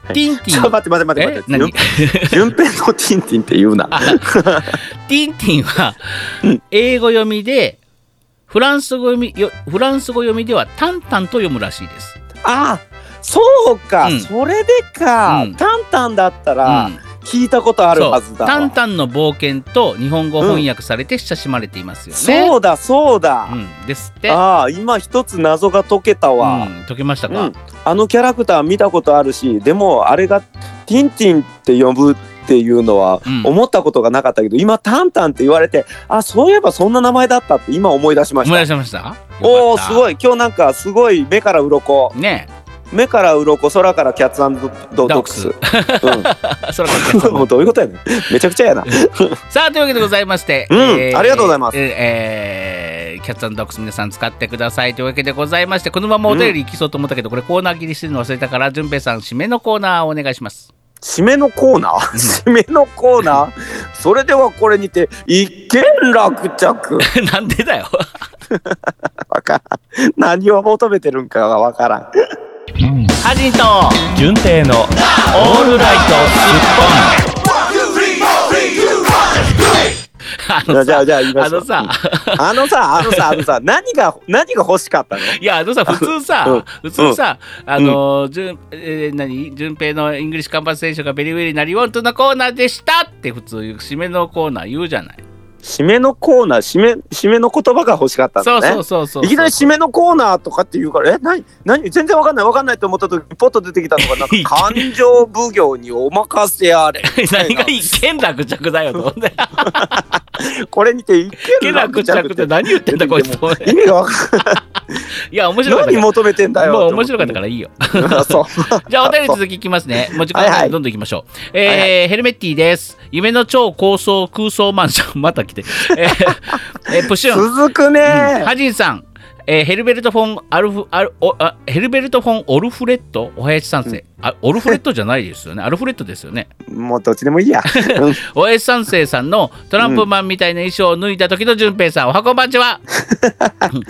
Speaker 1: ティンテ
Speaker 2: ち
Speaker 1: ィ
Speaker 2: ょ
Speaker 1: ン
Speaker 2: っと待って待って待って
Speaker 1: え何
Speaker 2: 待って順順平のティンティンって言うな
Speaker 1: あティンティンは
Speaker 2: うん
Speaker 1: 英語読みでフランス語読みよフランス語読みではタンタンと読むらしいです。
Speaker 2: あそうか、
Speaker 1: うん
Speaker 2: それでか、
Speaker 1: うん
Speaker 2: タンタンだった
Speaker 1: う
Speaker 2: ら
Speaker 1: ん
Speaker 2: 聞いたことあるはずだわ
Speaker 1: タンタンの冒険と日本語翻訳されて親しまれていますよね。
Speaker 2: そうだそうだ、
Speaker 1: うんですって。
Speaker 2: ああ今一つ謎が解けた
Speaker 1: う
Speaker 2: わ、
Speaker 1: ん、解けましたか、
Speaker 2: うんあのキャラクター見たことあるしでもあれがティンティンって呼ぶっていうのは
Speaker 1: うん
Speaker 2: 思ったことがなかったけど、今タンタンって言われてあそういえばそんな名前だったって今思い出しまし
Speaker 1: 思い出
Speaker 2: た
Speaker 1: しました
Speaker 2: おおす
Speaker 1: い
Speaker 2: ごい今日なんかすごい目から鱗
Speaker 1: ね [LAUGHS]
Speaker 2: 目から鱗空からキャッツドドックス、
Speaker 1: ド
Speaker 2: う
Speaker 1: え。そらかっ
Speaker 2: ん、 [LAUGHS] もうどういうことやねんめちゃくちゃやな
Speaker 1: たさあというわけでございまして、
Speaker 2: うんありがとうございます
Speaker 1: えーえーキャッツドックス皆さん使ってくださいというわけでございましてこのままお便りいきそうと思ったけど、これコーナー切りしてるの忘れたから順平さん締めのコーナーをお願いし
Speaker 2: [LAUGHS]
Speaker 1: ます
Speaker 2: 締めのコーナー締めのコーナーそれではこれにて一件落着
Speaker 1: なんでだよ
Speaker 2: わからん何を求めてるんかがわからん
Speaker 1: ハジンと
Speaker 3: 純正のオールライトスッ
Speaker 1: あ
Speaker 2: [LAUGHS] じゃあ
Speaker 1: の
Speaker 2: じゃ
Speaker 1: さ
Speaker 2: あじゃあ言いま
Speaker 1: あ
Speaker 2: しょう
Speaker 1: のさ
Speaker 2: あのさあのさあの
Speaker 1: [LAUGHS]
Speaker 2: さ何が何が欲しかったの
Speaker 1: いやあのさ普通さ、
Speaker 2: うん
Speaker 1: 普通さ、あのーじゅんえー、何順平のイングリッシュカンパス選手がベリーウェリーなりウォントのコーナーでしたって普通言う締めのコーナー言うじゃない。
Speaker 2: 締めのコーナー締め締めの言葉が欲しかった
Speaker 1: そ
Speaker 2: の
Speaker 1: う
Speaker 2: ね
Speaker 1: そうそうそう。
Speaker 2: いきなり締めのコーナーとかって言うからえ何何全然わかんないわかんないと思った時ポッと出てきたのがなん
Speaker 1: い [LAUGHS]
Speaker 2: か
Speaker 1: き
Speaker 2: 感情奉行にお任せあれ
Speaker 1: [LAUGHS] 何が一件落着だよと思って。
Speaker 2: これにて一
Speaker 1: 一件
Speaker 2: 件落
Speaker 1: 落
Speaker 2: 着
Speaker 1: 着って何言ってんだこいつ。
Speaker 2: 意味がわかんない
Speaker 1: いや面白かった
Speaker 2: 何
Speaker 1: か
Speaker 2: 求めてんだ
Speaker 1: ら。
Speaker 2: よ
Speaker 1: もう面白かったか
Speaker 2: ら
Speaker 1: らいいよ。
Speaker 2: そう
Speaker 1: じゃあお便り続きいきますね。もう時間
Speaker 2: はい
Speaker 1: な
Speaker 2: は
Speaker 1: んで
Speaker 2: い
Speaker 1: どんどんいきましょう。
Speaker 2: は
Speaker 1: えーヘルメッティです。夢の超高層空想マンション [LAUGHS] また来て。えーえープシュン。
Speaker 2: 続くね、
Speaker 1: うんハジンさん、えーヘルベルト・フォン・アルフアルおあヘルベルト・フォン・オルフレットお林三世、あオルフレットじゃないですよ
Speaker 2: [LAUGHS]
Speaker 1: ねアルフレットですよね
Speaker 2: もうどっちでもいい
Speaker 1: [LAUGHS]
Speaker 2: や、うん
Speaker 1: お林三世さんのトランプマンみたいな衣装を脱いだ時の淳平さんおはこんばんち
Speaker 2: [LAUGHS]
Speaker 1: はうん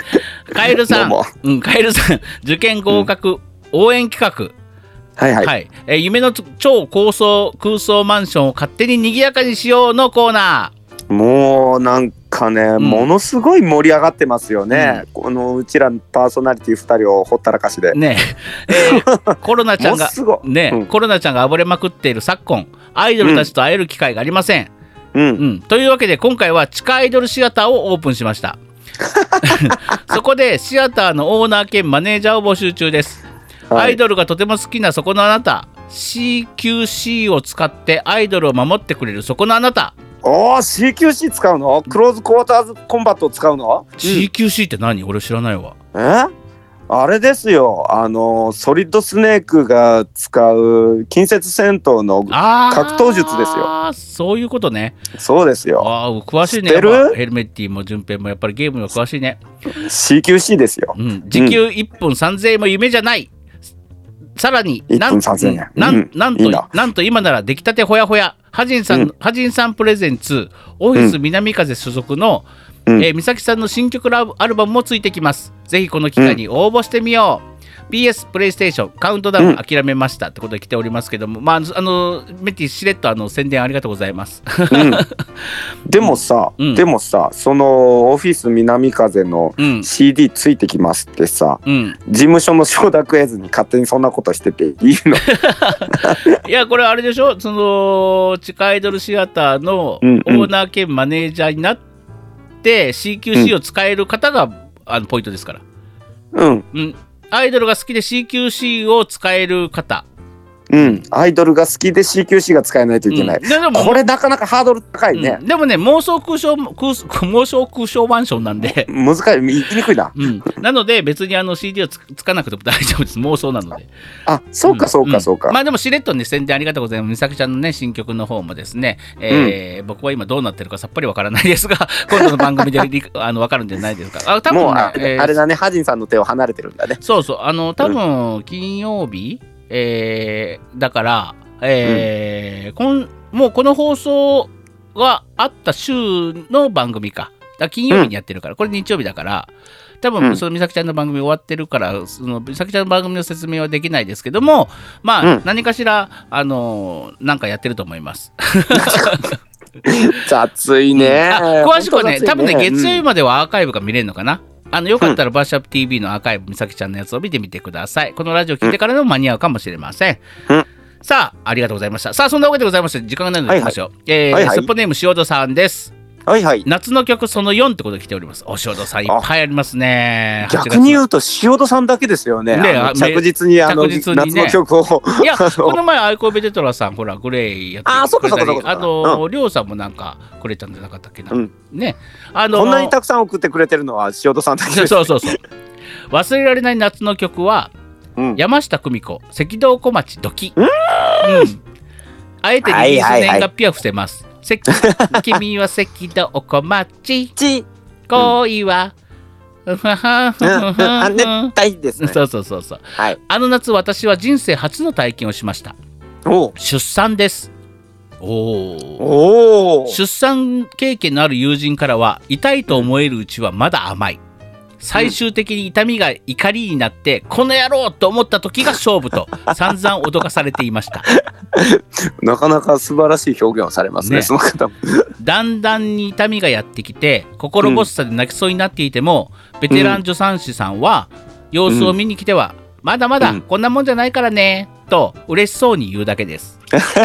Speaker 1: カエルさん
Speaker 2: どうも
Speaker 1: うん、カエルさん受験合格、応援企画
Speaker 2: はいはい、
Speaker 1: はい、えー夢の超高層空想マンションを勝手に賑やかにしようのコーナー
Speaker 2: もうなんかね、
Speaker 1: ん
Speaker 2: ものすごい盛り上がってますよね、このうちらのパーソナリティ2人をほったらかしで。
Speaker 1: ね
Speaker 2: [LAUGHS]
Speaker 1: ええーコロナちゃ
Speaker 2: も
Speaker 1: ん
Speaker 2: の
Speaker 1: が、
Speaker 2: すごい。
Speaker 1: ねえ
Speaker 2: うん
Speaker 1: コロナちゃんが暴れまくっている昨今アイドルたちと会える機会がありません、
Speaker 2: う
Speaker 1: うん
Speaker 2: ん、
Speaker 1: というわけで今回は地下アイドルシアターをオープンしま
Speaker 2: [LAUGHS]
Speaker 1: したそこでシアターのオーナー兼マネージャーを募集中です、
Speaker 2: は
Speaker 1: アイ
Speaker 2: い、
Speaker 1: ドルがとても好きなそこのあなた CQC を使ってアイドルを守ってくれるそこのあなた、
Speaker 2: おお CQC 使うのクローズクォーターズコンバットを使うの、
Speaker 1: CQC って何俺知らないわ
Speaker 2: うんえあれですよあのソリッドスネークが使う近接戦闘の
Speaker 1: あー
Speaker 2: 格闘術ですよ
Speaker 1: そういうことね
Speaker 2: そうですよ
Speaker 1: あー詳しいね
Speaker 2: 知ってる
Speaker 1: やっぱヘルメッティも順平もやっぱりゲームには詳しいね
Speaker 2: CQC です
Speaker 1: [LAUGHS]
Speaker 2: よ。
Speaker 1: うん、時給1分3000円も夢じゃない、さらに
Speaker 2: 1
Speaker 1: なん
Speaker 2: 分3000円
Speaker 1: な
Speaker 2: うんん
Speaker 1: なん
Speaker 2: い
Speaker 1: と
Speaker 2: いな
Speaker 1: なんと今なら出来たてほやほやハジンさん、
Speaker 2: うん
Speaker 1: ハジンさんプレゼンツオフィス南風所属の、
Speaker 2: うん
Speaker 1: えー美咲さんの新曲ラブアルバムもついてきますぜひこの機会に応募してみよう、PS プレイステーションカウントダウ
Speaker 2: う
Speaker 1: ン
Speaker 2: ん
Speaker 1: 諦めましたってことで来ておりますけども、まああのあのメッティしれっとあの宣伝ありがとうございます。
Speaker 2: うん、でもさ、
Speaker 1: うん
Speaker 2: でもさそのオフィス南風の
Speaker 1: うん、
Speaker 2: CD ついてきますってさ
Speaker 1: うん、
Speaker 2: 事務所の承諾得ずに勝手にそんなことしてていいの
Speaker 1: いやこれあれでしょその地下アイドルシアターのオ
Speaker 2: うんうん
Speaker 1: ーナー兼マネージャーになって、CQC を使える方が、あのポイントですから、
Speaker 2: うん
Speaker 1: うん、アイドルが好きで CQC を使える方
Speaker 2: うんアイドルが好きで CQC が使えないといけない、
Speaker 1: うんででも
Speaker 2: これなかなかハードル高いね
Speaker 1: う、んでもね妄想空想空想妄想空想マンションなんで、
Speaker 2: 難しい言いにくいな
Speaker 1: うん、なので別にあの CD をつつかなくても大丈夫です妄想なので
Speaker 2: あそうかそうか
Speaker 1: ん
Speaker 2: そうか、
Speaker 1: まあでもしれっとね宣伝ありがとうございます。美咲ちゃんのね新曲の方もですね、えー僕は今どうなってるかさっぱりわからないですが、今度の番組で理あのわかるんじゃないですか。あ多分ね
Speaker 2: もうあ,、
Speaker 1: えー
Speaker 2: あれだねハジンさんの手を離れてるんだね
Speaker 1: そうそうあの多分金曜日、えーだから、えーこんもうこの放送があった週の番組か。だから金曜日にやってるから、これ日曜日だから。多
Speaker 2: う
Speaker 1: 分
Speaker 2: ん
Speaker 1: その美咲ちゃんの番組終わってるから、その美咲ちゃんの番組の説明はできないですけども、まあ、
Speaker 2: うん
Speaker 1: 何かしら、あのーなんかやってると思います。
Speaker 2: 雑いね、
Speaker 1: あ詳しくはね、
Speaker 2: 本当雑い
Speaker 1: 多分ね、月曜日
Speaker 2: うん
Speaker 1: まではアーカイブが見れるのかな。あのよかったら、バーシャープ TV のアーカイブ、美咲ちゃんのやつを見てみてください。このラジオ聞いてからでも間に合うかもしれません。
Speaker 2: うん
Speaker 1: さあ、ありがとうございました。さあ、そんなわけでございまして、時間がないので行きましょう。えー
Speaker 2: はいはい
Speaker 1: スッポネーム、塩戸さんです。
Speaker 2: はいはい
Speaker 1: 夏の曲その4ってことで来ております。お塩戸さん、いっぱいありますね。
Speaker 2: 逆に言
Speaker 1: う
Speaker 2: うと塩戸さんだけですよね。
Speaker 1: ね
Speaker 2: あの
Speaker 1: あめ
Speaker 2: 着実にあの
Speaker 1: 着実にね
Speaker 2: 夏の曲を。
Speaker 1: い
Speaker 2: [LAUGHS]
Speaker 1: や、
Speaker 2: あの
Speaker 1: この前、アイコベテトラさん、ほら、グレイやって
Speaker 2: あーそっ
Speaker 1: く
Speaker 2: か
Speaker 1: れた
Speaker 2: そっ
Speaker 1: り
Speaker 2: かそっ、か
Speaker 1: あと、りょうさんもなんかくれたんじゃなかったっけな。
Speaker 2: うん
Speaker 1: ね。あのー
Speaker 2: こんなにたくさん送ってくれてるのは塩戸さんだけ
Speaker 1: [LAUGHS] そう
Speaker 2: です。
Speaker 1: そうそうそう。忘れられない夏の曲は
Speaker 2: うん
Speaker 1: 山下久美子「赤道小町ドキ」うんあえてリリース年月日は伏せます。せ君は赤道小町
Speaker 2: ち、
Speaker 1: 恋は。
Speaker 2: あ、熱帯ですね。
Speaker 1: [LAUGHS] そうそうそうそう。
Speaker 2: はい。
Speaker 1: あの夏私は人生初の体験をしました。
Speaker 2: おう
Speaker 1: 出産です。おお。
Speaker 2: おお。
Speaker 1: 出産経験のある友人からは痛いと思えるうちはまだ甘い最終的に痛みが怒りになって、この野郎と思った時が勝負と散々脅かされていました
Speaker 2: なかなか素晴らしい表現をされますね。
Speaker 1: ね
Speaker 2: その方も。
Speaker 1: だんだんに痛みがやってきて心細さで泣きそうになっていても、ベテラン助産師さんは様子を見に来ては、まだま
Speaker 2: う
Speaker 1: だ
Speaker 2: ん
Speaker 1: こんなもんじゃないからねと嬉しそうに言うだけです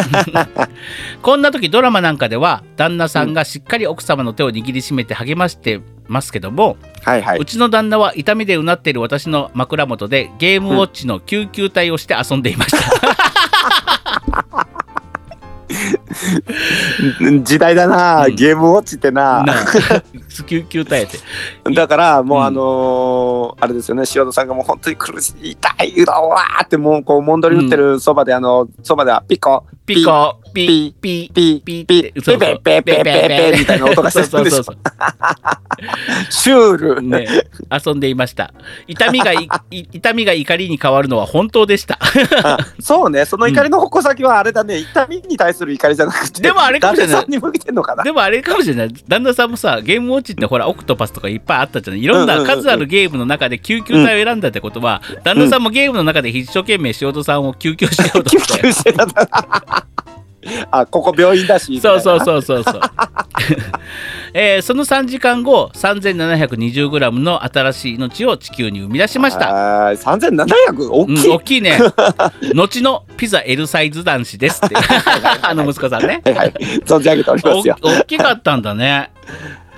Speaker 2: [LAUGHS]
Speaker 1: [LAUGHS] こんな時ドラマなんかでは旦那さんがしっかり奥様の手を握りしめて励ましてますけども、
Speaker 2: はいは
Speaker 1: う
Speaker 2: い。
Speaker 1: ちの旦那は痛みでうなっている私の枕元でゲームウォッチの救急隊をして遊んでいました、
Speaker 2: 時代だな。
Speaker 1: うん
Speaker 2: ゲームウォッチってな。
Speaker 1: なあ [LAUGHS] 救急隊やって
Speaker 2: だからもう
Speaker 1: うん
Speaker 2: あのーあれですよね。塩戸さんがもう本当に苦しい痛いうだわーってもうこうもんどり打ってるそばであのそばではピコ
Speaker 1: ピコピピピ
Speaker 2: ピピピ
Speaker 1: って
Speaker 2: ピ
Speaker 1: そう
Speaker 2: ペ
Speaker 1: そう
Speaker 2: ペペペペみたいな音がしてるんです
Speaker 1: そう
Speaker 2: よ
Speaker 1: そう。
Speaker 2: シュー
Speaker 1: そう
Speaker 2: ル。
Speaker 1: ね遊んでいました痛みがいい痛みが怒りに変わるのは本当で
Speaker 2: [LAUGHS]
Speaker 1: した
Speaker 2: そうね、その怒りの矛先はあれだね、痛みに対する怒りじゃなくて、
Speaker 1: でもあれかもしれない
Speaker 2: 旦那さんに向けてんのかな。
Speaker 1: でもあれかもしれない旦那さんもさゲームウォッチってほらオクトパスとかいっぱいあったじゃないいろん
Speaker 2: うん
Speaker 1: な
Speaker 2: うんうんうん
Speaker 1: 数あるゲームの中で救急隊を選んだってことは、旦那さんもゲームの中で一生懸命仕事さんを救急しようと
Speaker 2: [LAUGHS] 救
Speaker 1: して
Speaker 2: 急してたん [LAUGHS] だ。あ、ここ病院だし。。
Speaker 1: そうそう [LAUGHS] うそうそうそう。えーその3時間後 3720g の新しい命を地球に生み出しました、
Speaker 2: あー3700大
Speaker 1: うん、
Speaker 2: きい、
Speaker 1: 大きい
Speaker 2: [LAUGHS]
Speaker 1: ね後のピザ L サイズ男子ですってあの息子さんね
Speaker 2: はいはい存じ上げておりま
Speaker 1: お
Speaker 2: すよ
Speaker 1: 大きかったんだ [LAUGHS] ね。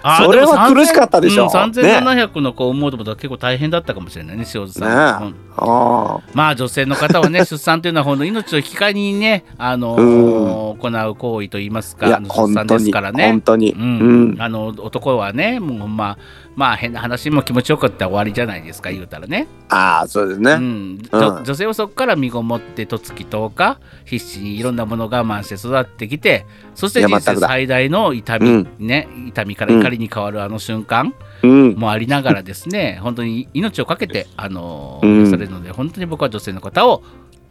Speaker 1: あー
Speaker 2: それは
Speaker 1: も3000
Speaker 2: 苦しかったでしょ
Speaker 1: うん、3700の子を思うと結構大変だったかもしれないね、塩津さん。
Speaker 2: ねえ
Speaker 1: うん
Speaker 2: あ
Speaker 1: まあ女性の方はね、出産というのはほんの命を引き換えにね、あのー行う行為といいます
Speaker 2: あい
Speaker 1: か、あ
Speaker 2: や
Speaker 1: の出
Speaker 2: 本
Speaker 1: 産
Speaker 2: 当
Speaker 1: です
Speaker 2: に
Speaker 1: からね
Speaker 2: 本。当に
Speaker 1: う
Speaker 2: うん、
Speaker 1: んあの男はね、もうほんままあ変な話も気持ちよかったら終わりじゃないですか、言うたらね。
Speaker 2: ああそうです
Speaker 1: う
Speaker 2: ね、
Speaker 1: ん、女
Speaker 2: うん
Speaker 1: 女性はそこから身ごもってとつき10日必死にいろんなものを我慢して育ってきてそして
Speaker 2: いや
Speaker 1: 人
Speaker 2: 全
Speaker 1: 生
Speaker 2: くだ
Speaker 1: 最大の痛み、
Speaker 2: うん
Speaker 1: ね痛みから怒りに変わるあの瞬間
Speaker 2: うん
Speaker 1: もありながらですね、本当に命を懸けてあの
Speaker 2: うん
Speaker 1: されるので本当に僕は女性の方を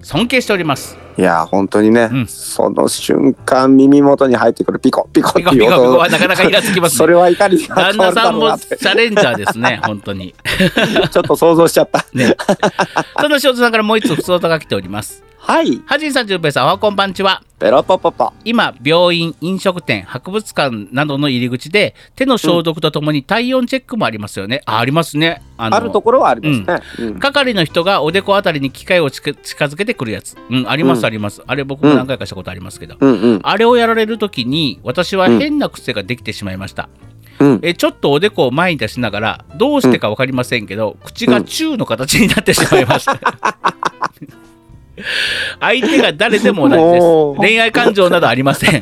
Speaker 1: 尊敬しております。
Speaker 2: いや本当にね、
Speaker 1: うん
Speaker 2: その瞬間耳元に入ってくるピコピコって
Speaker 1: ピコ
Speaker 2: い
Speaker 1: ピコ
Speaker 2: う
Speaker 1: ピコ
Speaker 2: 音
Speaker 1: はなかなかイラつきます
Speaker 2: そ
Speaker 1: ね。
Speaker 2: れは怒りが
Speaker 1: 旦
Speaker 2: 変わ
Speaker 1: 那
Speaker 2: る
Speaker 1: さ
Speaker 2: だ
Speaker 1: ん
Speaker 2: ろうな
Speaker 1: も
Speaker 2: っ
Speaker 1: チ
Speaker 2: て
Speaker 1: ャレンジャーですね、本当に。
Speaker 2: ちょっと想像しちゃった
Speaker 1: ね、その塩津さんからもう一つ不相談が来ております。
Speaker 2: はい
Speaker 1: はじんさん、じゅんぺいさん、おはこんばんちは。
Speaker 2: ペロポポポ
Speaker 1: 今病院飲食店博物館などの入り口で手の消毒とともに体温チェックもありますよね、あありますねあの
Speaker 2: あるところはありますね、うん
Speaker 1: 係の人がおでこあたりに機械を近近づけてくるやつ、うん、あります
Speaker 2: うん
Speaker 1: あります、あれ僕も何回かしたことありますけど、
Speaker 2: うんうん
Speaker 1: あれをやられる時に私は変な癖ができてしまいました、
Speaker 2: うん
Speaker 1: えちょっとおでこを前に出しながらどうしてか分かりませんけど、口が中の形になってしまいました、 [LAUGHS] 相手が誰でも同じです
Speaker 2: もう
Speaker 1: 恋愛感情などありません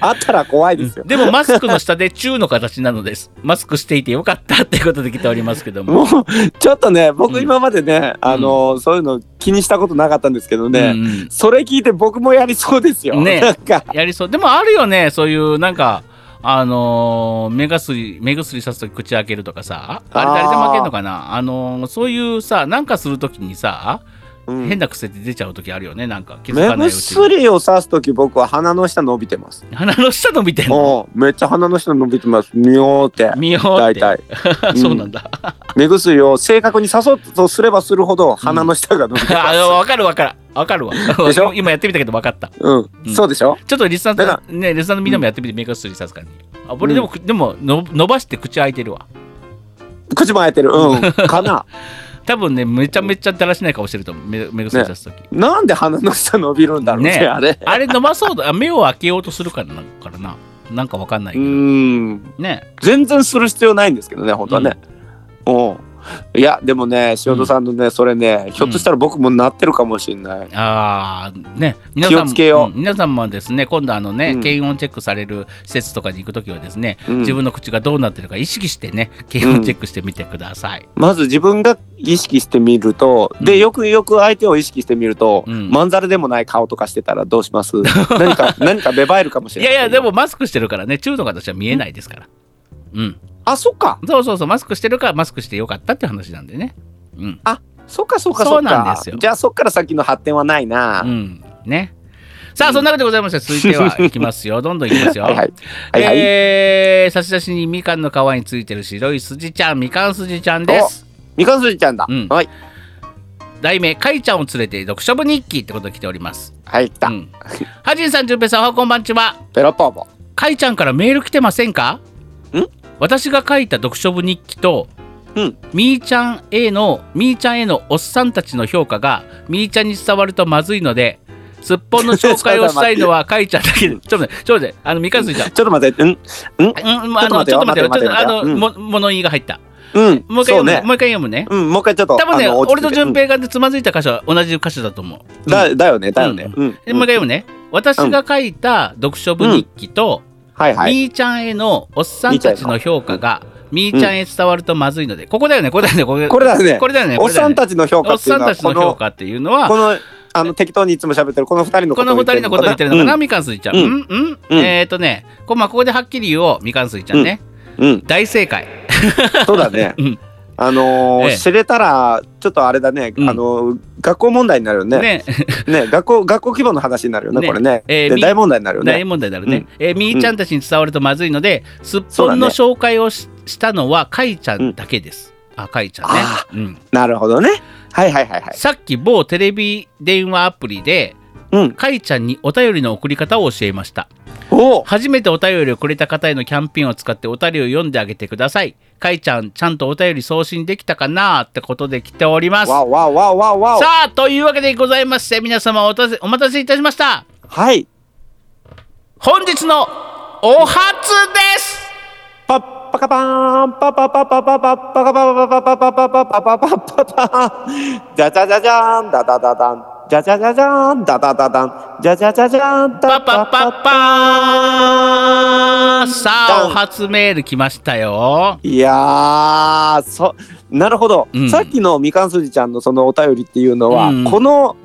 Speaker 2: あったら怖いですよ、
Speaker 1: でもマスクの下で中の形なのです。 [LAUGHS] マスクしていてよかったっていうことで来ておりますけども。
Speaker 2: もうちょっとね僕
Speaker 1: うん
Speaker 2: 今までね、あのそういうの気にしたことなかったんですけどね、
Speaker 1: うんうん
Speaker 2: それ聞いて僕もやりそうですよ。
Speaker 1: ね
Speaker 2: なんか
Speaker 1: やりそう。でもあるよね、そういうなんか、あのー目薬、目薬さすとき口開けるとかさ、あれ
Speaker 2: あー
Speaker 1: 誰でも開けるのかな、あのーそういうさ、なんかするときにさ、
Speaker 2: うん
Speaker 1: 変な癖って出ちゃうときあるよね、なんか気づ
Speaker 2: 目
Speaker 1: かないうちに。
Speaker 2: 薬を刺す時僕は鼻の下伸びてます。
Speaker 1: 鼻の下の見てんの
Speaker 2: もうめっちゃ鼻の下伸びてます。見ようって。
Speaker 1: 見ようっ
Speaker 2: 大
Speaker 1: て。 [LAUGHS]
Speaker 2: 体うん
Speaker 1: そうなんだ。
Speaker 2: 目薬を正確に刺そうとすればするほど鼻の下が伸びてま
Speaker 1: [LAUGHS] あ
Speaker 2: す。
Speaker 1: のわかるわかる。わかるわ。
Speaker 2: でしょ
Speaker 1: 今やってみたけどわかった。
Speaker 2: うん、
Speaker 1: うん
Speaker 2: そうでしょ。
Speaker 1: ちょっとリスナー
Speaker 2: だ
Speaker 1: さん、ね、リスナーのみんなもやってみて、メイクアップするさすがに。あ、俺でも、でもの、伸ばして口開いてるわ。
Speaker 2: 口も開いてる。うん、
Speaker 1: [LAUGHS]
Speaker 2: かな。
Speaker 1: 多分ね、めちゃめちゃだらしない顔してると思う、メメイクアップするとき。
Speaker 2: なんで鼻の下伸びるんだろうね
Speaker 1: ね
Speaker 2: あれ。
Speaker 1: あれ伸ばそうだ、あ目を開けようとするからな、からな。なんかわかんないうけど。
Speaker 2: ん、
Speaker 1: ね。
Speaker 2: 全然する必要ないんですけどね、本当はね。うん。いやでもね塩田さんのね、それねひょっとしたら僕もなってるかもしれない、
Speaker 1: あーね、皆さん
Speaker 2: 気を
Speaker 1: も
Speaker 2: つけよう
Speaker 1: うん皆さんもですね今度あのね、
Speaker 2: うん
Speaker 1: 検温チェックされる施設とかに行くときはですね、
Speaker 2: うん
Speaker 1: 自分の口がどうなってるか意識してね検温チェックしてみてください、
Speaker 2: まず自分が意識してみると、
Speaker 1: う
Speaker 2: で
Speaker 1: ん
Speaker 2: よくよく相手を意識してみると、
Speaker 1: うん
Speaker 2: まんざらでもない顔とかしてたらどうします
Speaker 1: [LAUGHS]
Speaker 2: 何か何か芽生えるかもし
Speaker 1: い
Speaker 2: れな
Speaker 1: や
Speaker 2: い
Speaker 1: いやでもマスクしてるからね中の形は見えないですからうん
Speaker 2: あそっか
Speaker 1: そうそうそう、マスクしてるからマスクしてよかったって話なんでね。うん。
Speaker 2: そっかそっか
Speaker 1: そ
Speaker 2: そっか
Speaker 1: うなんですよ
Speaker 2: じゃあそっから先の発展はないな、
Speaker 1: うん。ね。さあ、そんなわけでございまして、続いて
Speaker 2: [LAUGHS]
Speaker 1: はいきますよ。どんどんいきますよ。
Speaker 2: はいはいはいはい、
Speaker 1: えー、差し出しにみかんの皮についてる白い筋ちゃん、みかん筋ちゃんです。
Speaker 2: みかんすじちゃんだ、
Speaker 1: うん
Speaker 2: はい
Speaker 1: 題名、かいちゃんを連れて読書部日記ってことで来ております。
Speaker 2: はい来た、
Speaker 1: うん。はじんさん、じゅんぺいさん、おはこんばんちは。
Speaker 2: ペロポーボ
Speaker 1: かいちゃんからメール来てませんか
Speaker 2: ん
Speaker 1: 私が書いた読書部日記と、
Speaker 2: うん
Speaker 1: みーちゃんへのみーちゃんへのおっさんたちの評価がみーちゃんに伝わるとまずいのですっぽんの紹介をしたいのはかいちゃんだけでちょっと待ってちょっと待ってあの三日月ちゃん
Speaker 2: ちょっと待ってうん
Speaker 1: うんまああのち
Speaker 2: ち
Speaker 1: ょ
Speaker 2: ょ
Speaker 1: っ
Speaker 2: っ
Speaker 1: と待
Speaker 2: と待
Speaker 1: っ
Speaker 2: っ
Speaker 1: よちょ
Speaker 2: てて
Speaker 1: っとあ
Speaker 2: 待っ
Speaker 1: の
Speaker 2: て待って
Speaker 1: も物言いが入った
Speaker 2: うん
Speaker 1: もう一回
Speaker 2: そ
Speaker 1: 読
Speaker 2: う
Speaker 1: む
Speaker 2: ね
Speaker 1: もう一回読むね
Speaker 2: うん、もう一回ちょっと
Speaker 1: 多分ね
Speaker 2: あの落
Speaker 1: 俺と
Speaker 2: ち着け
Speaker 1: 順平がねつまずいた箇所は同じ箇所だと思う
Speaker 2: うんだだよねだよね、うん
Speaker 1: でもう一回読むね私が書いた読書部日記と、
Speaker 2: はいはい
Speaker 1: みーちゃんへのおっさんたちの評価がみーちゃんへ伝わるとまずいので、ここだよねここだよねここ
Speaker 2: これだね
Speaker 1: これだよね
Speaker 2: おっさん
Speaker 1: ち
Speaker 2: たちの評
Speaker 1: お
Speaker 2: 価
Speaker 1: っ
Speaker 2: ってい
Speaker 1: さ
Speaker 2: うんの
Speaker 1: た
Speaker 2: は
Speaker 1: ちの
Speaker 2: こ
Speaker 1: 評
Speaker 2: の
Speaker 1: 価っていうのは
Speaker 2: このあの適当にいつも喋ってるこの二人のこ
Speaker 1: ことの
Speaker 2: を
Speaker 1: 二人のことを言ってるのかな、
Speaker 2: うん
Speaker 1: みかんすいちゃん。うん、うん、
Speaker 2: うん
Speaker 1: えっ、ー、とね、こまあ、ここではっきり言おう、みかんすいちゃんね、
Speaker 2: うん、
Speaker 1: 大正解。
Speaker 2: そうだね
Speaker 1: うん。
Speaker 2: あのー
Speaker 1: ええ
Speaker 2: 知れたらちょっとあれだね、
Speaker 1: うん
Speaker 2: あのー学校問題になるよねね
Speaker 1: ね、
Speaker 2: 学校学校規模の話になるよね
Speaker 1: ね
Speaker 2: これね、
Speaker 1: えー
Speaker 2: で
Speaker 1: み
Speaker 2: 大問題になる
Speaker 1: [LAUGHS]
Speaker 2: よ
Speaker 1: 大
Speaker 2: ね
Speaker 1: 問題だろうね。えーみーちゃんたちに伝わるとまずいので、すっ
Speaker 2: そ
Speaker 1: ぽ
Speaker 2: うだ
Speaker 1: ん
Speaker 2: ね
Speaker 1: の紹介をししたのはかいちゃんだけです。あ、かいちゃんね
Speaker 2: あ。
Speaker 1: うん。
Speaker 2: なるほどねはいはいはいはい
Speaker 1: さっき某テレビ電話アプリで
Speaker 2: うん
Speaker 1: かいちゃんにお便りの送り方を教えました
Speaker 2: お
Speaker 1: 初めてお便りをくれた方へのキャンペーンを使ってお便りを読んであげてくださいかいちゃんちゃんとお便り送信できたかなってことで来ております
Speaker 2: わわわわわ
Speaker 1: さあというわけでございまして皆様おたせお待たせいたしました
Speaker 2: はい
Speaker 1: 本日のお初です
Speaker 2: パッパカパーンパパパパパパパカパパパパパパパパパパパパじゃじゃじゃじゃんだだだだんじゃじゃじゃじゃんだだだだんじゃじゃじゃじゃん
Speaker 1: パ
Speaker 2: だ
Speaker 1: パパパーンさあお初メール来ましたよ
Speaker 2: いやーそなるほど、
Speaker 1: うん
Speaker 2: さっきのみかんすじちゃんのそのお便りっていうのは、
Speaker 1: うん
Speaker 2: この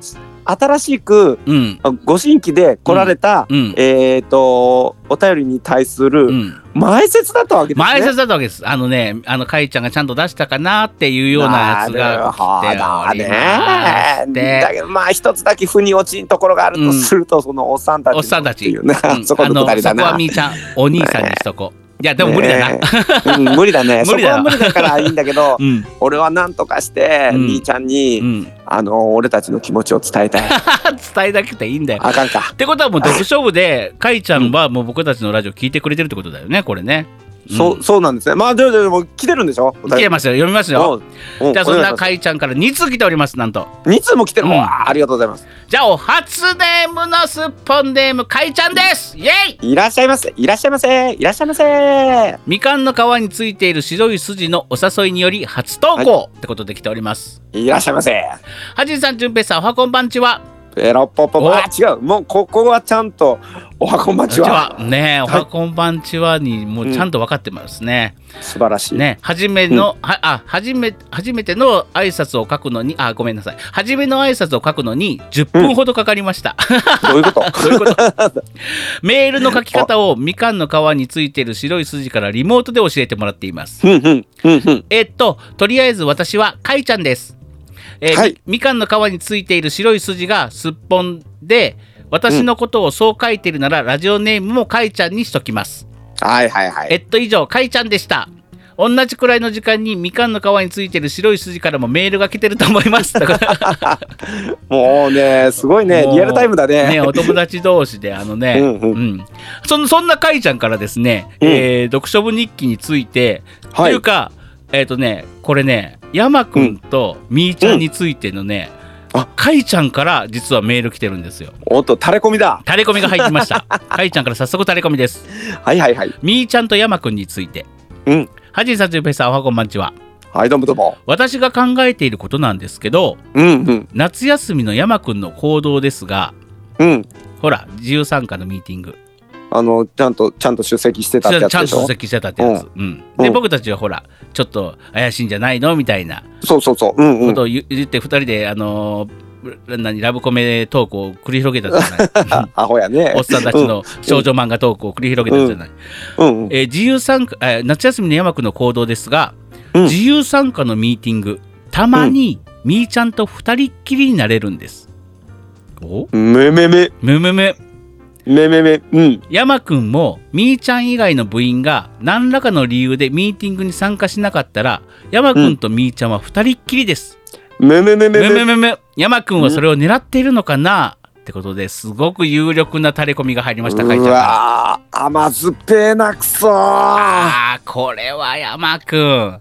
Speaker 2: 新しく
Speaker 1: うん
Speaker 2: あご新規で来られた、
Speaker 1: うん
Speaker 2: えっ、とお便りに対す
Speaker 1: う
Speaker 2: る
Speaker 1: ん
Speaker 2: 前説だったわけですね。
Speaker 1: 前説だったわけです。あのね、あの、かいちゃんがちゃんと出したかなっていうようなやつが来ており
Speaker 2: な
Speaker 1: ま
Speaker 2: るほ
Speaker 1: し
Speaker 2: どね。だ
Speaker 1: て、
Speaker 2: けどまあ一つだけ腑に落ちんところがあるとすると、そのおっさんたちの
Speaker 1: おっさんたち
Speaker 2: っていうね、
Speaker 1: うん
Speaker 2: [LAUGHS] そこ
Speaker 1: あ
Speaker 2: の
Speaker 1: の
Speaker 2: くだりだ
Speaker 1: そこは
Speaker 2: な。
Speaker 1: みーちゃん、お兄さんにしとこう。いや、でも無理だな。
Speaker 2: ねえ。うん無理だね。
Speaker 1: [LAUGHS] 無理だよ
Speaker 2: そこは無理だからいいんだけど
Speaker 1: う、ん、
Speaker 2: 俺はなんとかして、
Speaker 1: うん
Speaker 2: 兄ちゃん
Speaker 1: う
Speaker 2: に、
Speaker 1: ん。
Speaker 2: あの俺たちの気持ちを伝えたい。
Speaker 1: [LAUGHS] 伝えなくていいんだよ。
Speaker 2: あかんか
Speaker 1: っ。てことはもう、読書部で、かいちゃんはもう僕たちのラジオ聞いてくれてるってことだよね、これね。うん
Speaker 2: そう、そうなんですね。まあ、でも、でも、来てるんでしょ
Speaker 1: 来てますよ、読みますよ。
Speaker 2: うん。
Speaker 1: じゃあ、
Speaker 2: う
Speaker 1: そん
Speaker 2: お願いし
Speaker 1: な
Speaker 2: ます
Speaker 1: かいちゃんから2通来ております、なんと。
Speaker 2: 二通も来てる。
Speaker 1: うん
Speaker 2: うわありがとうございます。
Speaker 1: じゃあ、お初ネームのすっぽんネーム、かいちゃんですイェイ
Speaker 2: いらっしゃいます。いらっしゃいませ。いらっしゃいませ。
Speaker 1: みかんの皮についている白い筋のお誘いにより初投稿、ってことで来ております。
Speaker 2: いらっしゃいませ。
Speaker 1: はじんさん、じゅんぺいさん、おはこんばんちは。
Speaker 2: ペロッポッポ
Speaker 1: お
Speaker 2: ポあ違うもうここはちゃんとおはこんばんちは
Speaker 1: ねえ、おはこんばんちはにもうちゃんと分かってますね。
Speaker 2: 素晴らしい、
Speaker 1: ね、初めの、はあ、初め、初めての挨拶を書くのに、あ、ごめんなさい。初めの挨拶を書くのに10分ほどかかりました。
Speaker 2: どうい
Speaker 1: [LAUGHS]
Speaker 2: うこと
Speaker 1: どういうこと [LAUGHS] メールの書き方をみかんの皮についている白い筋からリモートで教えてもらっています。
Speaker 2: ふんふんふんふん
Speaker 1: えっと、とりあえず私はかいちゃんです。えー
Speaker 2: はい
Speaker 1: みみかんの皮についている白い筋がすっぽんで、私のことをそう書いてるなら、ラジオネームもかいちゃんにしときます。
Speaker 2: はいはいは
Speaker 1: え
Speaker 2: い
Speaker 1: っと、以上、かいちゃんでした。同じくらいの時間にみかんの皮についている白い筋からもメールが来てると思い
Speaker 2: [LAUGHS]
Speaker 1: ます。だから
Speaker 2: もうねすごいね
Speaker 1: もう
Speaker 2: リアルタイムだね
Speaker 1: ね、お友達同士で、あのね、
Speaker 2: うんうん
Speaker 1: そのそんなかいちゃんからですね、
Speaker 2: うん
Speaker 1: えー読書部日記について、
Speaker 2: は
Speaker 1: とい
Speaker 2: いう
Speaker 1: か、えっ、とね、これね、山くんとみーちゃんについてのね、
Speaker 2: うんあ
Speaker 1: かいちゃんから実はメール来てるんですよ。
Speaker 2: おっと垂れ込みだ
Speaker 1: タレコミが入って
Speaker 2: [LAUGHS]
Speaker 1: ました。かいちゃんから早速タレコミです。
Speaker 2: はいはいはい
Speaker 1: みーちゃんと山くんについて。
Speaker 2: うん
Speaker 1: はじいさんじゅんぺいさん、おはこんばんちは。
Speaker 2: はいどうもどうも
Speaker 1: 私が考えていることなんですけど、
Speaker 2: うんうん
Speaker 1: 夏休みの山くんの行動ですが、
Speaker 2: うん
Speaker 1: ほら、自由参加のミーティング。
Speaker 2: あのちゃんとちゃんと出席してたってや
Speaker 1: ち
Speaker 2: つ
Speaker 1: ゃ
Speaker 2: で
Speaker 1: ん
Speaker 2: し
Speaker 1: と出
Speaker 2: ょ
Speaker 1: 席してたってやつ。うん。
Speaker 2: う
Speaker 1: で、
Speaker 2: ん
Speaker 1: 僕たちはほら、ちょっと怪しいんじゃないのみたいな。
Speaker 2: そうそうそううんう
Speaker 1: こ
Speaker 2: ん
Speaker 1: とを言言って二人で、あのー何ラブコメトークを繰り広げたじゃ
Speaker 2: [LAUGHS]
Speaker 1: ない
Speaker 2: アホやね
Speaker 1: おっさんたちの少女漫画トークを繰り広げたじゃない、
Speaker 2: うんうん
Speaker 1: えー自由参加、えー夏休みの山くんの行動ですが、
Speaker 2: うん
Speaker 1: 自由参加のミーティングたまに、みーちゃんと二人っきりになれるんですお
Speaker 2: めめめ
Speaker 1: むむむ
Speaker 2: めめめうん
Speaker 1: 山くんもみーちゃん以外の部員が何らかの理由でミーティングに参加しなかったら山くんとみーちゃんは二人っきりです、
Speaker 2: めめめめ
Speaker 1: むむむ
Speaker 2: め
Speaker 1: む山くんはそれを狙っているのかなってことですごく有力なタレコミが入りましたかいち
Speaker 2: う
Speaker 1: ゃんから
Speaker 2: わー甘酸っぺーなくそー
Speaker 1: あーこれは山くん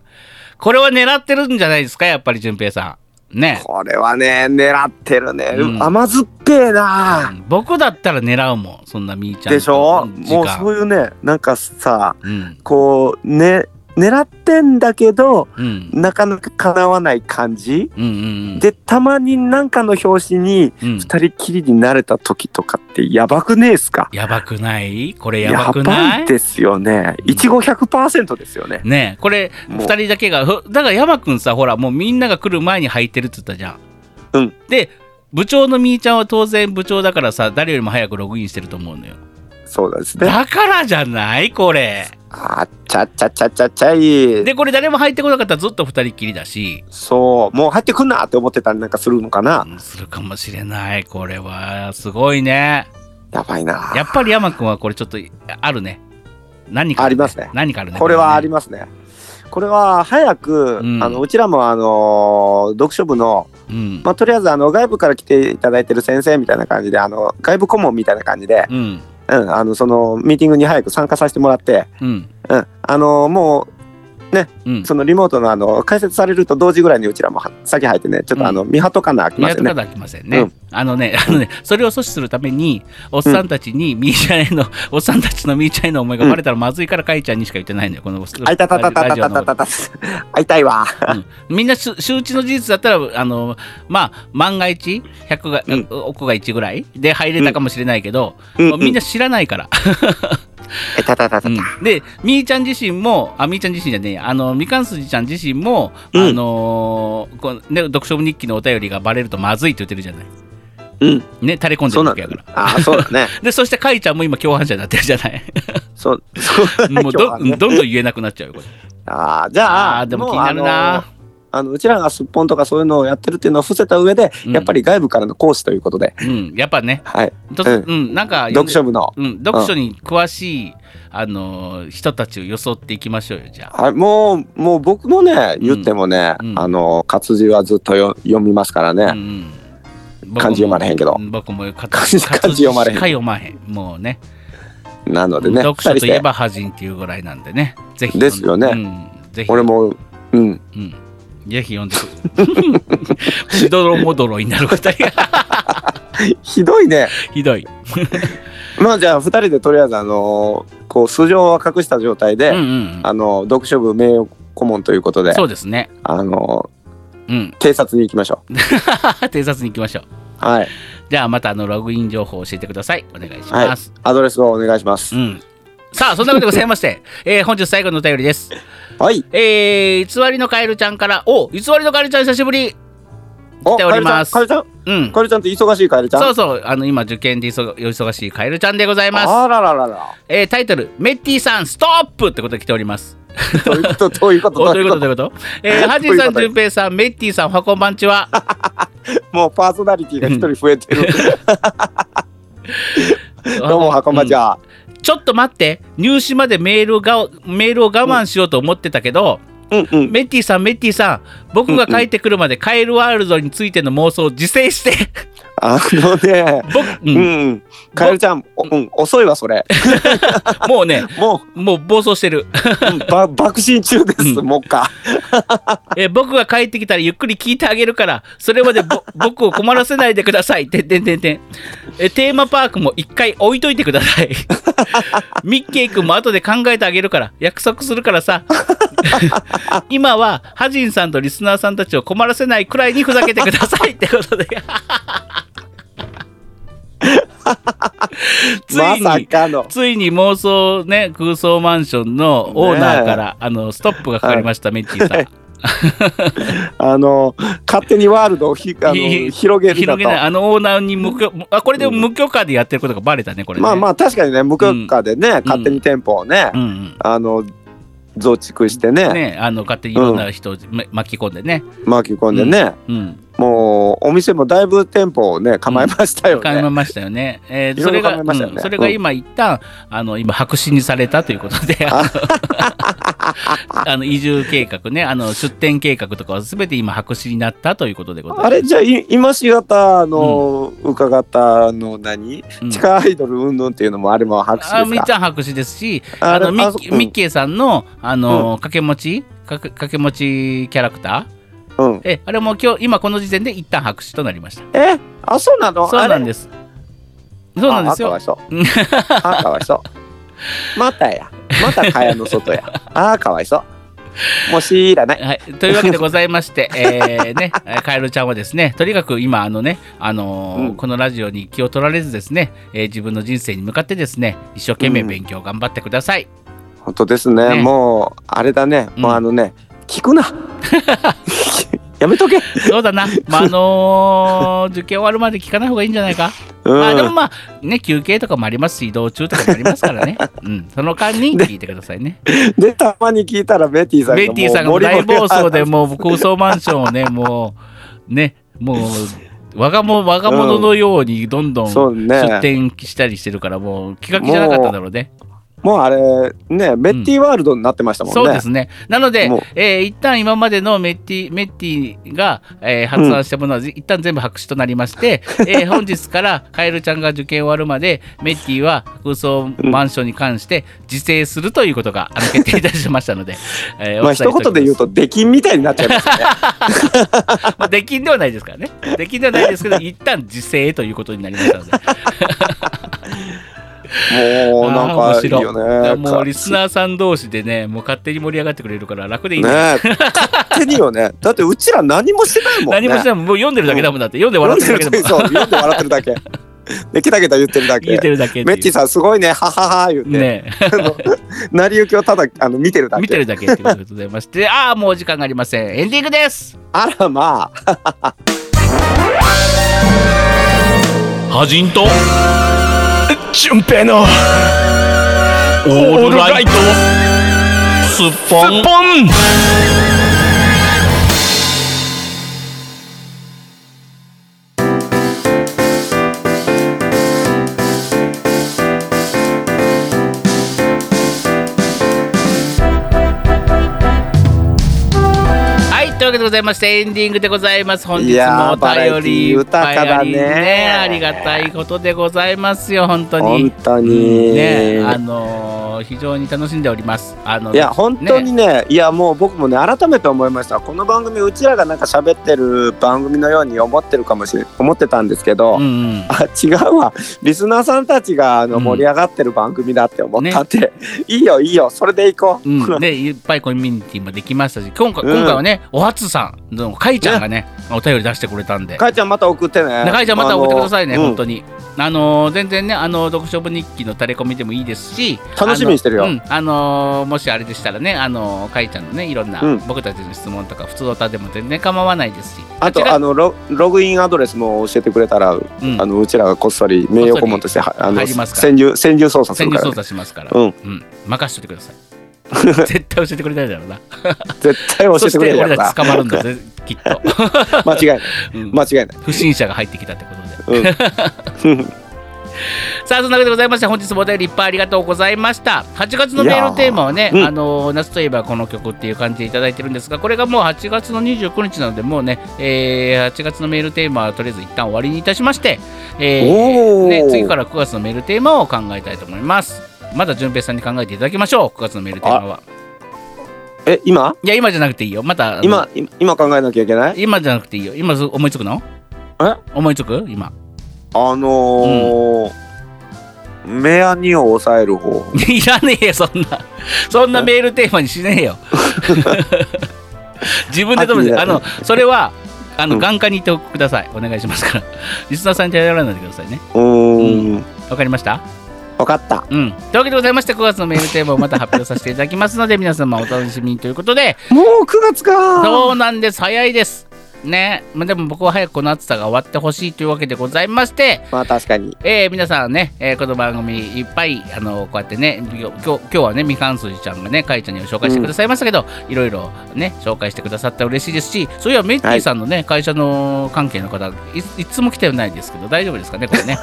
Speaker 1: これは狙ってるんじゃないですかやっぱり淳平さんね
Speaker 2: これはね狙ってるね、
Speaker 1: うん
Speaker 2: 甘酸っぱいな、
Speaker 1: 僕だったら狙うもんそんなみーちゃんと
Speaker 2: でしょ
Speaker 1: 時間
Speaker 2: もうそういうねなんかさ
Speaker 1: うん
Speaker 2: こうね狙ってんだけど
Speaker 1: うん
Speaker 2: なかなか叶わない感じ
Speaker 1: うんうん
Speaker 2: でたまになんかの拍子に
Speaker 1: うん
Speaker 2: 二人きりになれた時とかってやばくねえっすか
Speaker 1: やばくないこれやばくな
Speaker 2: や
Speaker 1: い
Speaker 2: ばですよね
Speaker 1: うん
Speaker 2: いちご100%ですよね
Speaker 1: ねえこれ
Speaker 2: もう
Speaker 1: 2人だけがふだから山くんさほらもうみんなが来る前に履いてるっつったじゃん。
Speaker 2: うん
Speaker 1: で部長のみーちゃんは当然部長だからさ誰よりも早くログインしてると思うのよ。
Speaker 2: そうですね
Speaker 1: だからじゃないこれ。
Speaker 2: あちゃちゃちゃちゃちゃい
Speaker 1: でこれ誰も入ってこなかったらずっと2人っきりだし、
Speaker 2: そうもう入ってくんなって思ってたりなんかするのかな
Speaker 1: うんするかもしれないこれはすごいね。
Speaker 2: やばいな
Speaker 1: やっぱり山くんはこれちょっとあるね。何か
Speaker 2: ありますね
Speaker 1: 何かあるね。
Speaker 2: これはあり
Speaker 1: ま
Speaker 2: ますね。これは早く、
Speaker 1: うん
Speaker 2: あのうちらもあの読書部の、
Speaker 1: うん
Speaker 2: まあ、とりあえずあの外部から来ていただいてる先生みたいな感じであの外部顧問みたいな感じで、
Speaker 1: うん
Speaker 2: うん、あのそのミーティングに早く参加させてもらって、
Speaker 1: うん
Speaker 2: うん、あのも
Speaker 1: うん
Speaker 2: うそのリモートのあの解説されると同時ぐらいにうちらもは先入ってねちょっとあの見張っとかなあきま
Speaker 1: 宮
Speaker 2: す
Speaker 1: と
Speaker 2: よ
Speaker 1: か。
Speaker 2: ね
Speaker 1: ではきませんね、
Speaker 2: うん
Speaker 1: あのねあのねそれを阻止するためにおっさんたちにみーちゃんへの、おっさんたちのみーちゃんへの思いがバレたらまずいからかいちゃんにしか言ってないのよこの
Speaker 2: あいたたたたたたたたた。あいたいわ。
Speaker 1: みんな周周知の事実だったらあのまあ万が一100が、
Speaker 2: うん
Speaker 1: 億が1ぐらいで入れたかもしれないけど、
Speaker 2: う
Speaker 1: もうみんな知らないから、
Speaker 2: あいたたたたた。
Speaker 1: うん [LAUGHS] でみーちゃん自身もあみーちゃん自身じゃねえやあのみかんすじちゃん自身も、
Speaker 2: うん
Speaker 1: あのーこうね、読書日記のお便りがバレるとまずいって言ってるじゃない
Speaker 2: うん。
Speaker 1: ね垂れ込んで
Speaker 2: そ
Speaker 1: る
Speaker 2: うな
Speaker 1: わ
Speaker 2: ん
Speaker 1: け
Speaker 2: だ
Speaker 1: やから。。
Speaker 2: あそうだね。
Speaker 1: でそしてかいちゃんも今共犯者になってるじゃない
Speaker 2: そう。 [LAUGHS] そう
Speaker 1: もう
Speaker 2: 今日
Speaker 1: ど,、
Speaker 2: はね
Speaker 1: どんどん言えなくなっちゃうよこれ
Speaker 2: あーじゃあ
Speaker 1: あーでも
Speaker 2: う
Speaker 1: 気になるな
Speaker 2: あのあのうちらがすっぽんとかそういうのをやってるっていうのを伏せた上で、
Speaker 1: うん
Speaker 2: [LAUGHS] やっぱり外部からの講師ということで、
Speaker 1: うんやっぱね
Speaker 2: はい、
Speaker 1: と
Speaker 2: うん
Speaker 1: うん、なんか
Speaker 2: 読書部の、
Speaker 1: うん、読書に詳しい、あのー人たちを装っていきましょうよじゃあ。
Speaker 2: はい、もうもう僕もね言ってもね、
Speaker 1: うん
Speaker 2: あの活字はずっとよ読みますからね、
Speaker 1: うんうん
Speaker 2: 漢字読まれへんけど
Speaker 1: うん僕もか
Speaker 2: 漢字漢字読まれへん
Speaker 1: しか読まへんもうね
Speaker 2: なのでね、
Speaker 1: 読書
Speaker 2: 二人
Speaker 1: といえば「覇人」っていうぐらいなんでねぜひ
Speaker 2: ですよね
Speaker 1: うん、ぜひ
Speaker 2: 俺も
Speaker 1: う
Speaker 2: うん
Speaker 1: ん、ぜひ読んでく [LAUGHS] るしどろもどろになる二人が
Speaker 2: ひどいね
Speaker 1: ひどい、
Speaker 2: まあじゃあ二人でとりあえずあのこう素性は隠した状態で、
Speaker 1: うんうん
Speaker 2: あの読書部名誉顧問ということ
Speaker 1: う
Speaker 2: で
Speaker 1: ん、そうですね
Speaker 2: あの
Speaker 1: うん [LAUGHS]
Speaker 2: 偵察に行きましょう
Speaker 1: 偵察に行きましょう
Speaker 2: はい
Speaker 1: じゃあまたあのログイン情報を教えてくださいお願いします、
Speaker 2: アドレスをお願いします、
Speaker 1: うん、さあそんなことでございまして、 [LAUGHS] えー本日最後のお便りです
Speaker 2: はい
Speaker 1: えー、偽りのカエルちゃんからお偽りのカエルちゃん久しぶり
Speaker 2: お
Speaker 1: 来ております
Speaker 2: カエルちゃん
Speaker 1: うん
Speaker 2: カエルちゃんって忙しいカエルちゃん
Speaker 1: そうそうあの今受験で忙忙しいカエルちゃんでございます、
Speaker 2: あらららら。
Speaker 1: えー、タイトル「メッティさんストップ!」ってことで来ております
Speaker 2: どういうことどういうこ
Speaker 1: [LAUGHS] お
Speaker 2: と
Speaker 1: どういうことどういうことえー、ハジンさん
Speaker 2: どういうこと
Speaker 1: 淳平さんメッティさんおはこんばんちは
Speaker 2: もうパーソナリティが一人増えてる。 [LAUGHS] [LAUGHS] どうも、はこんばんちは。
Speaker 1: うんちょっと待って入試までメールがメールを我慢しようと思ってたけど、
Speaker 2: うんうん。
Speaker 1: メッティさんメッティさん僕が帰ってくるまでカエルワールドについての妄想を自制して
Speaker 2: あのね、
Speaker 1: 僕、う
Speaker 2: うんん。カエルちゃん、おうん、遅いわ、それ。
Speaker 1: もうね
Speaker 2: も
Speaker 1: もう暴走してる
Speaker 2: う、うんば爆心中です、
Speaker 1: うん
Speaker 2: もっか。
Speaker 1: えー僕が帰ってきたらゆっくり聞いてあげるからそれまで
Speaker 2: [LAUGHS]
Speaker 1: ぼ僕を困らせないでください。てんてんてんてんえーテーマパークも一回置いといてくだ
Speaker 2: [LAUGHS]
Speaker 1: さい。ミッケイ君も後で考えてあげるから約束するから
Speaker 2: [LAUGHS]
Speaker 1: さ今はハジンさんとリスナーさんたちを困らせないくらいにふざけてくださいってこと
Speaker 2: [LAUGHS]
Speaker 1: でつい
Speaker 2: ま
Speaker 1: に、
Speaker 2: さかの。
Speaker 1: ついに妄想ね空想マンションのオーナーから、あのストップがかかりました、メッキーさん。
Speaker 2: あの、勝手にワールドをひあの
Speaker 1: ひ
Speaker 2: 広げる
Speaker 1: 広
Speaker 2: だ
Speaker 1: げない
Speaker 2: と。
Speaker 1: あのオーナーに無許あこれでも無許可でやってることがバレたねこれね
Speaker 2: まあまあ、確かにね、無許可でね、勝手に店舗をね
Speaker 1: う、ん
Speaker 2: あの、増築して
Speaker 1: うん
Speaker 2: ね、
Speaker 1: ねあの勝手にいろんな人をま巻き込んでね
Speaker 2: 巻き込んでね、
Speaker 1: うん
Speaker 2: もう、お店もだいぶ店舗をね、構えましたよ
Speaker 1: 考え
Speaker 2: ね。
Speaker 1: ましたよねえー
Speaker 2: い
Speaker 1: そ
Speaker 2: ろい
Speaker 1: れ
Speaker 2: ろ
Speaker 1: が
Speaker 2: 考えましたよね
Speaker 1: うんそれが今一旦あの今白紙にされたということ
Speaker 2: [LAUGHS]
Speaker 1: であのあの移住計画ねあの出店計画とかは全て今白紙になったということでございます
Speaker 2: あれじゃあい今しがたあの、伺ったあの何、
Speaker 1: うん
Speaker 2: 地下アイドルうんぬんっていうのもあれも白
Speaker 1: あ
Speaker 2: 紙
Speaker 1: み
Speaker 2: で
Speaker 1: っち
Speaker 2: すか
Speaker 1: ゃん白紙ですし
Speaker 2: あ
Speaker 1: あ
Speaker 2: れ
Speaker 1: のミ
Speaker 2: あそ
Speaker 1: ッ
Speaker 2: うん
Speaker 1: ミッケーさんのあの掛け持ちかけ掛け持ちキャラクター
Speaker 2: うん、
Speaker 1: えあれも今日今この時点で一旦白紙となりました
Speaker 2: えあそうなの
Speaker 1: そうなん
Speaker 2: す
Speaker 1: ですそうなんです
Speaker 2: あ
Speaker 1: よ
Speaker 2: あかわいそうあかわいそうまたやまた蚊帳の外やあかわいそうもう知らない
Speaker 1: はい、というわけでございまして、 [LAUGHS] えーね、えーカエルちゃんはですねとにかく今あのね、あのー
Speaker 2: うん
Speaker 1: このラジオに気を取られずですね、えー自分の人生に向かってですね一生懸命
Speaker 2: うん
Speaker 1: 勉強頑張ってください、
Speaker 2: 本当ですね
Speaker 1: ね
Speaker 2: もうあれだね、
Speaker 1: うん
Speaker 2: もうあのね聞く
Speaker 1: [LAUGHS]
Speaker 2: なやめとけ、
Speaker 1: そうだな、まああ
Speaker 2: [LAUGHS]
Speaker 1: のー受験終わるまで聞かない方がいいんじゃないか、
Speaker 2: うん
Speaker 1: まあでもまあね休憩とかもありますし移動中とかもありますからね、うん、その間に聞いてくださいね
Speaker 2: でたまに聞いたらベティさんが
Speaker 1: ベッティさんがもう
Speaker 2: リ
Speaker 1: 大
Speaker 2: リ
Speaker 1: 暴走でもう空想マンションを
Speaker 2: [LAUGHS]
Speaker 1: ねもうねもう我がも我が物のようにどんどん
Speaker 2: そうね
Speaker 1: 出店したりしてるからもう気が気じゃなかったんだろうね。
Speaker 2: もうあれねメッティワールドになってましたもんね、
Speaker 1: そうですねなので、えー、一旦今までのメッティメッティが、えー、発案したものは、うん、一旦全部白紙となりまして、
Speaker 2: [LAUGHS]
Speaker 1: えー、本日からカエルちゃんが受験終わるまでメッティは空想マンションに関して自制するということが決定いたしましたので、
Speaker 2: えー、まあ一言で言うと出禁みたいになっちゃいますね
Speaker 1: [LAUGHS] まあ出禁ではないです
Speaker 2: [LAUGHS]
Speaker 1: からね出禁ではないですけど一旦自制ということになりました
Speaker 2: [LAUGHS]
Speaker 1: ので。
Speaker 2: もうなんかいいよね。
Speaker 1: もうリスナーさん同士でね、もう勝手に盛り上がってくれるから楽でいい
Speaker 2: ね。 [LAUGHS] 勝手によね。だってうちら何もしてないもんね。
Speaker 1: 何もしてないもん。もう読んでるだけだもんだって。読んで笑ってるだけ
Speaker 2: [LAUGHS]
Speaker 1: だ
Speaker 2: もん。読んで笑ってる
Speaker 1: [LAUGHS]
Speaker 2: だけ。でけたけた言ってるだけ。
Speaker 1: 言ってるだけ。
Speaker 2: メッチさんすごいね、ははは言って。ね。 [LAUGHS] 成り行きをただあの見てるだ
Speaker 1: [LAUGHS]
Speaker 2: け。
Speaker 1: 見てるだけということでございまして、ああもうお時間がありません。エンディングです。
Speaker 2: あらまあ。
Speaker 3: はじんと。純平のオールライトスッポン
Speaker 1: というわけでございましてエンディングでございます本日もお便り
Speaker 2: 豊かだね、ね、
Speaker 1: ありがたいことでございますよ本当に
Speaker 2: 本当に
Speaker 1: ねあのー、非常に楽しんでおりますあの
Speaker 2: いや、ね、本当にねいやもう僕もね改めて思いましたこの番組うちらがなんか喋ってる番組のように思ってるかもしれ思ってたんですけど、うんうん、あ違うわリスナーさんたちがあの盛り上がってる番組だって思ったって、うんね、いいよいいよそれでいこう、 [LAUGHS]
Speaker 1: うん、でいっぱいコミュニティもできましたし今回今回はね、うんつさんのかいちゃんがねお便り出してくれたんで
Speaker 2: かいちゃんまた送ってね
Speaker 1: かいちゃんまた送ってくださいね、あのー、本当に、うん、あのー、全然ねあのー、読書部日記のタレコミでもいいですし
Speaker 2: 楽しみにしてるよ
Speaker 1: あの、うんあのー、もしあれでしたらねあのかいちゃんのねいろんな、僕たちの質問とか、うん、普通歌でも全然構わないですし
Speaker 2: あとあのロログインアドレスも教えてくれたら、うん、あのうちらがこっそり名誉顧問としてあの潜入潜入捜査するから、
Speaker 1: ね、潜入捜査しますから、うん任しといてください
Speaker 2: [LAUGHS]
Speaker 1: 絶対教えてくれないだろうな
Speaker 2: 絶対教えてくれない
Speaker 1: だろうな。捕まるん
Speaker 2: [LAUGHS]
Speaker 1: だぜ、きっと。
Speaker 2: 間違いない、うん。間違いない。
Speaker 1: 不審者が入ってきたってことで。うん、さあそんなわけでございまして本日もお便りいっぱいありがとうございました8月のメールテーマはね、うん、あの夏といえばこの曲っていう感じでいただいてるんですがこれがもう8月の29日なのでもうね、えー、8月のメールテーマはとりあえず一旦終わりにいたしまして、えーね、次から9月のメールテーマを考えたいと思います。まだ順平さんに考えていただきましょう。9月のメールテーマは。
Speaker 2: え、今
Speaker 1: いや、今じゃなくていいよ。また。
Speaker 2: 今、今考えなきゃいけない
Speaker 1: 今じゃなくていいよ。今、思いつくの
Speaker 2: え
Speaker 1: 思いつく今。
Speaker 2: あのーうん、目やにを抑える方法。
Speaker 1: [LAUGHS] いらねえよ、そんな。そんなメールテーマにしねえ [LAUGHS] よ。自分で止めて、あの、それは、あの、眼科に行ってください。お願いしますから。リスナーさんに頼らないでくださいね。。
Speaker 2: うん
Speaker 1: わかりました
Speaker 2: 分かった、
Speaker 1: うん、というわけでございまして9月のメールテーマをまた発表させていただきますので皆様お楽しみにということで
Speaker 2: もう9月か
Speaker 1: そうなんです早いですねまあ、でも僕は早くこの暑さが終わってほしいというわけでございまして
Speaker 2: まあ確かに、
Speaker 1: えー、皆さんね、えー、この番組いっぱいあのこうやってね今日今日はねみかんすじちゃんがねかいちゃんに紹介してくださいましたけど、うん、いろいろね紹介してくださったら嬉しいですしそういえばメッティさんのね、はい、会社の関係の方いいつも来てないですけど大丈夫ですかねこれ
Speaker 2: [LAUGHS]
Speaker 1: ね。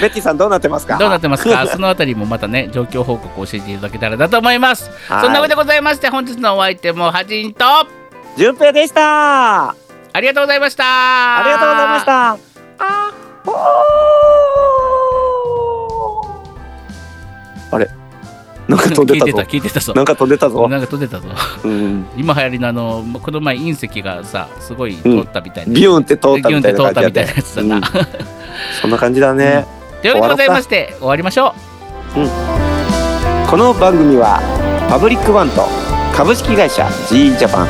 Speaker 2: ベッティさんどうなってますか
Speaker 1: どうなってますかそのあたりもまたね状況報告を教えていただけたらなと思いますそんなわけでございまして本日のお相手もはじんと
Speaker 2: じゅんぺいでしたあ
Speaker 1: りがとうございました
Speaker 2: ありがとうございましたあれなんか飛んでたぞ。
Speaker 1: [LAUGHS] 聞いてたぞ。
Speaker 2: なんか飛んでたぞ。
Speaker 1: なんか飛んでたぞ。うん、今流行りのあのこの前隕石がさすごい通ったみたいな。
Speaker 2: ビュンって通った
Speaker 1: みたいな感じだやつだ [LAUGHS] な。うん、
Speaker 2: そんな感じだね。
Speaker 1: うん、というわけでございまして終わりましょう。うん、
Speaker 2: この番組はパブリックワンと株式会社 GE ジャパン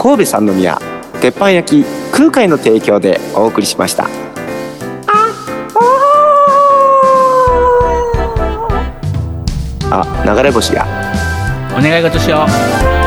Speaker 2: 神戸三宮鉄板焼き空海の提供でお送りしました。あ流れ星や
Speaker 1: お願い事しよう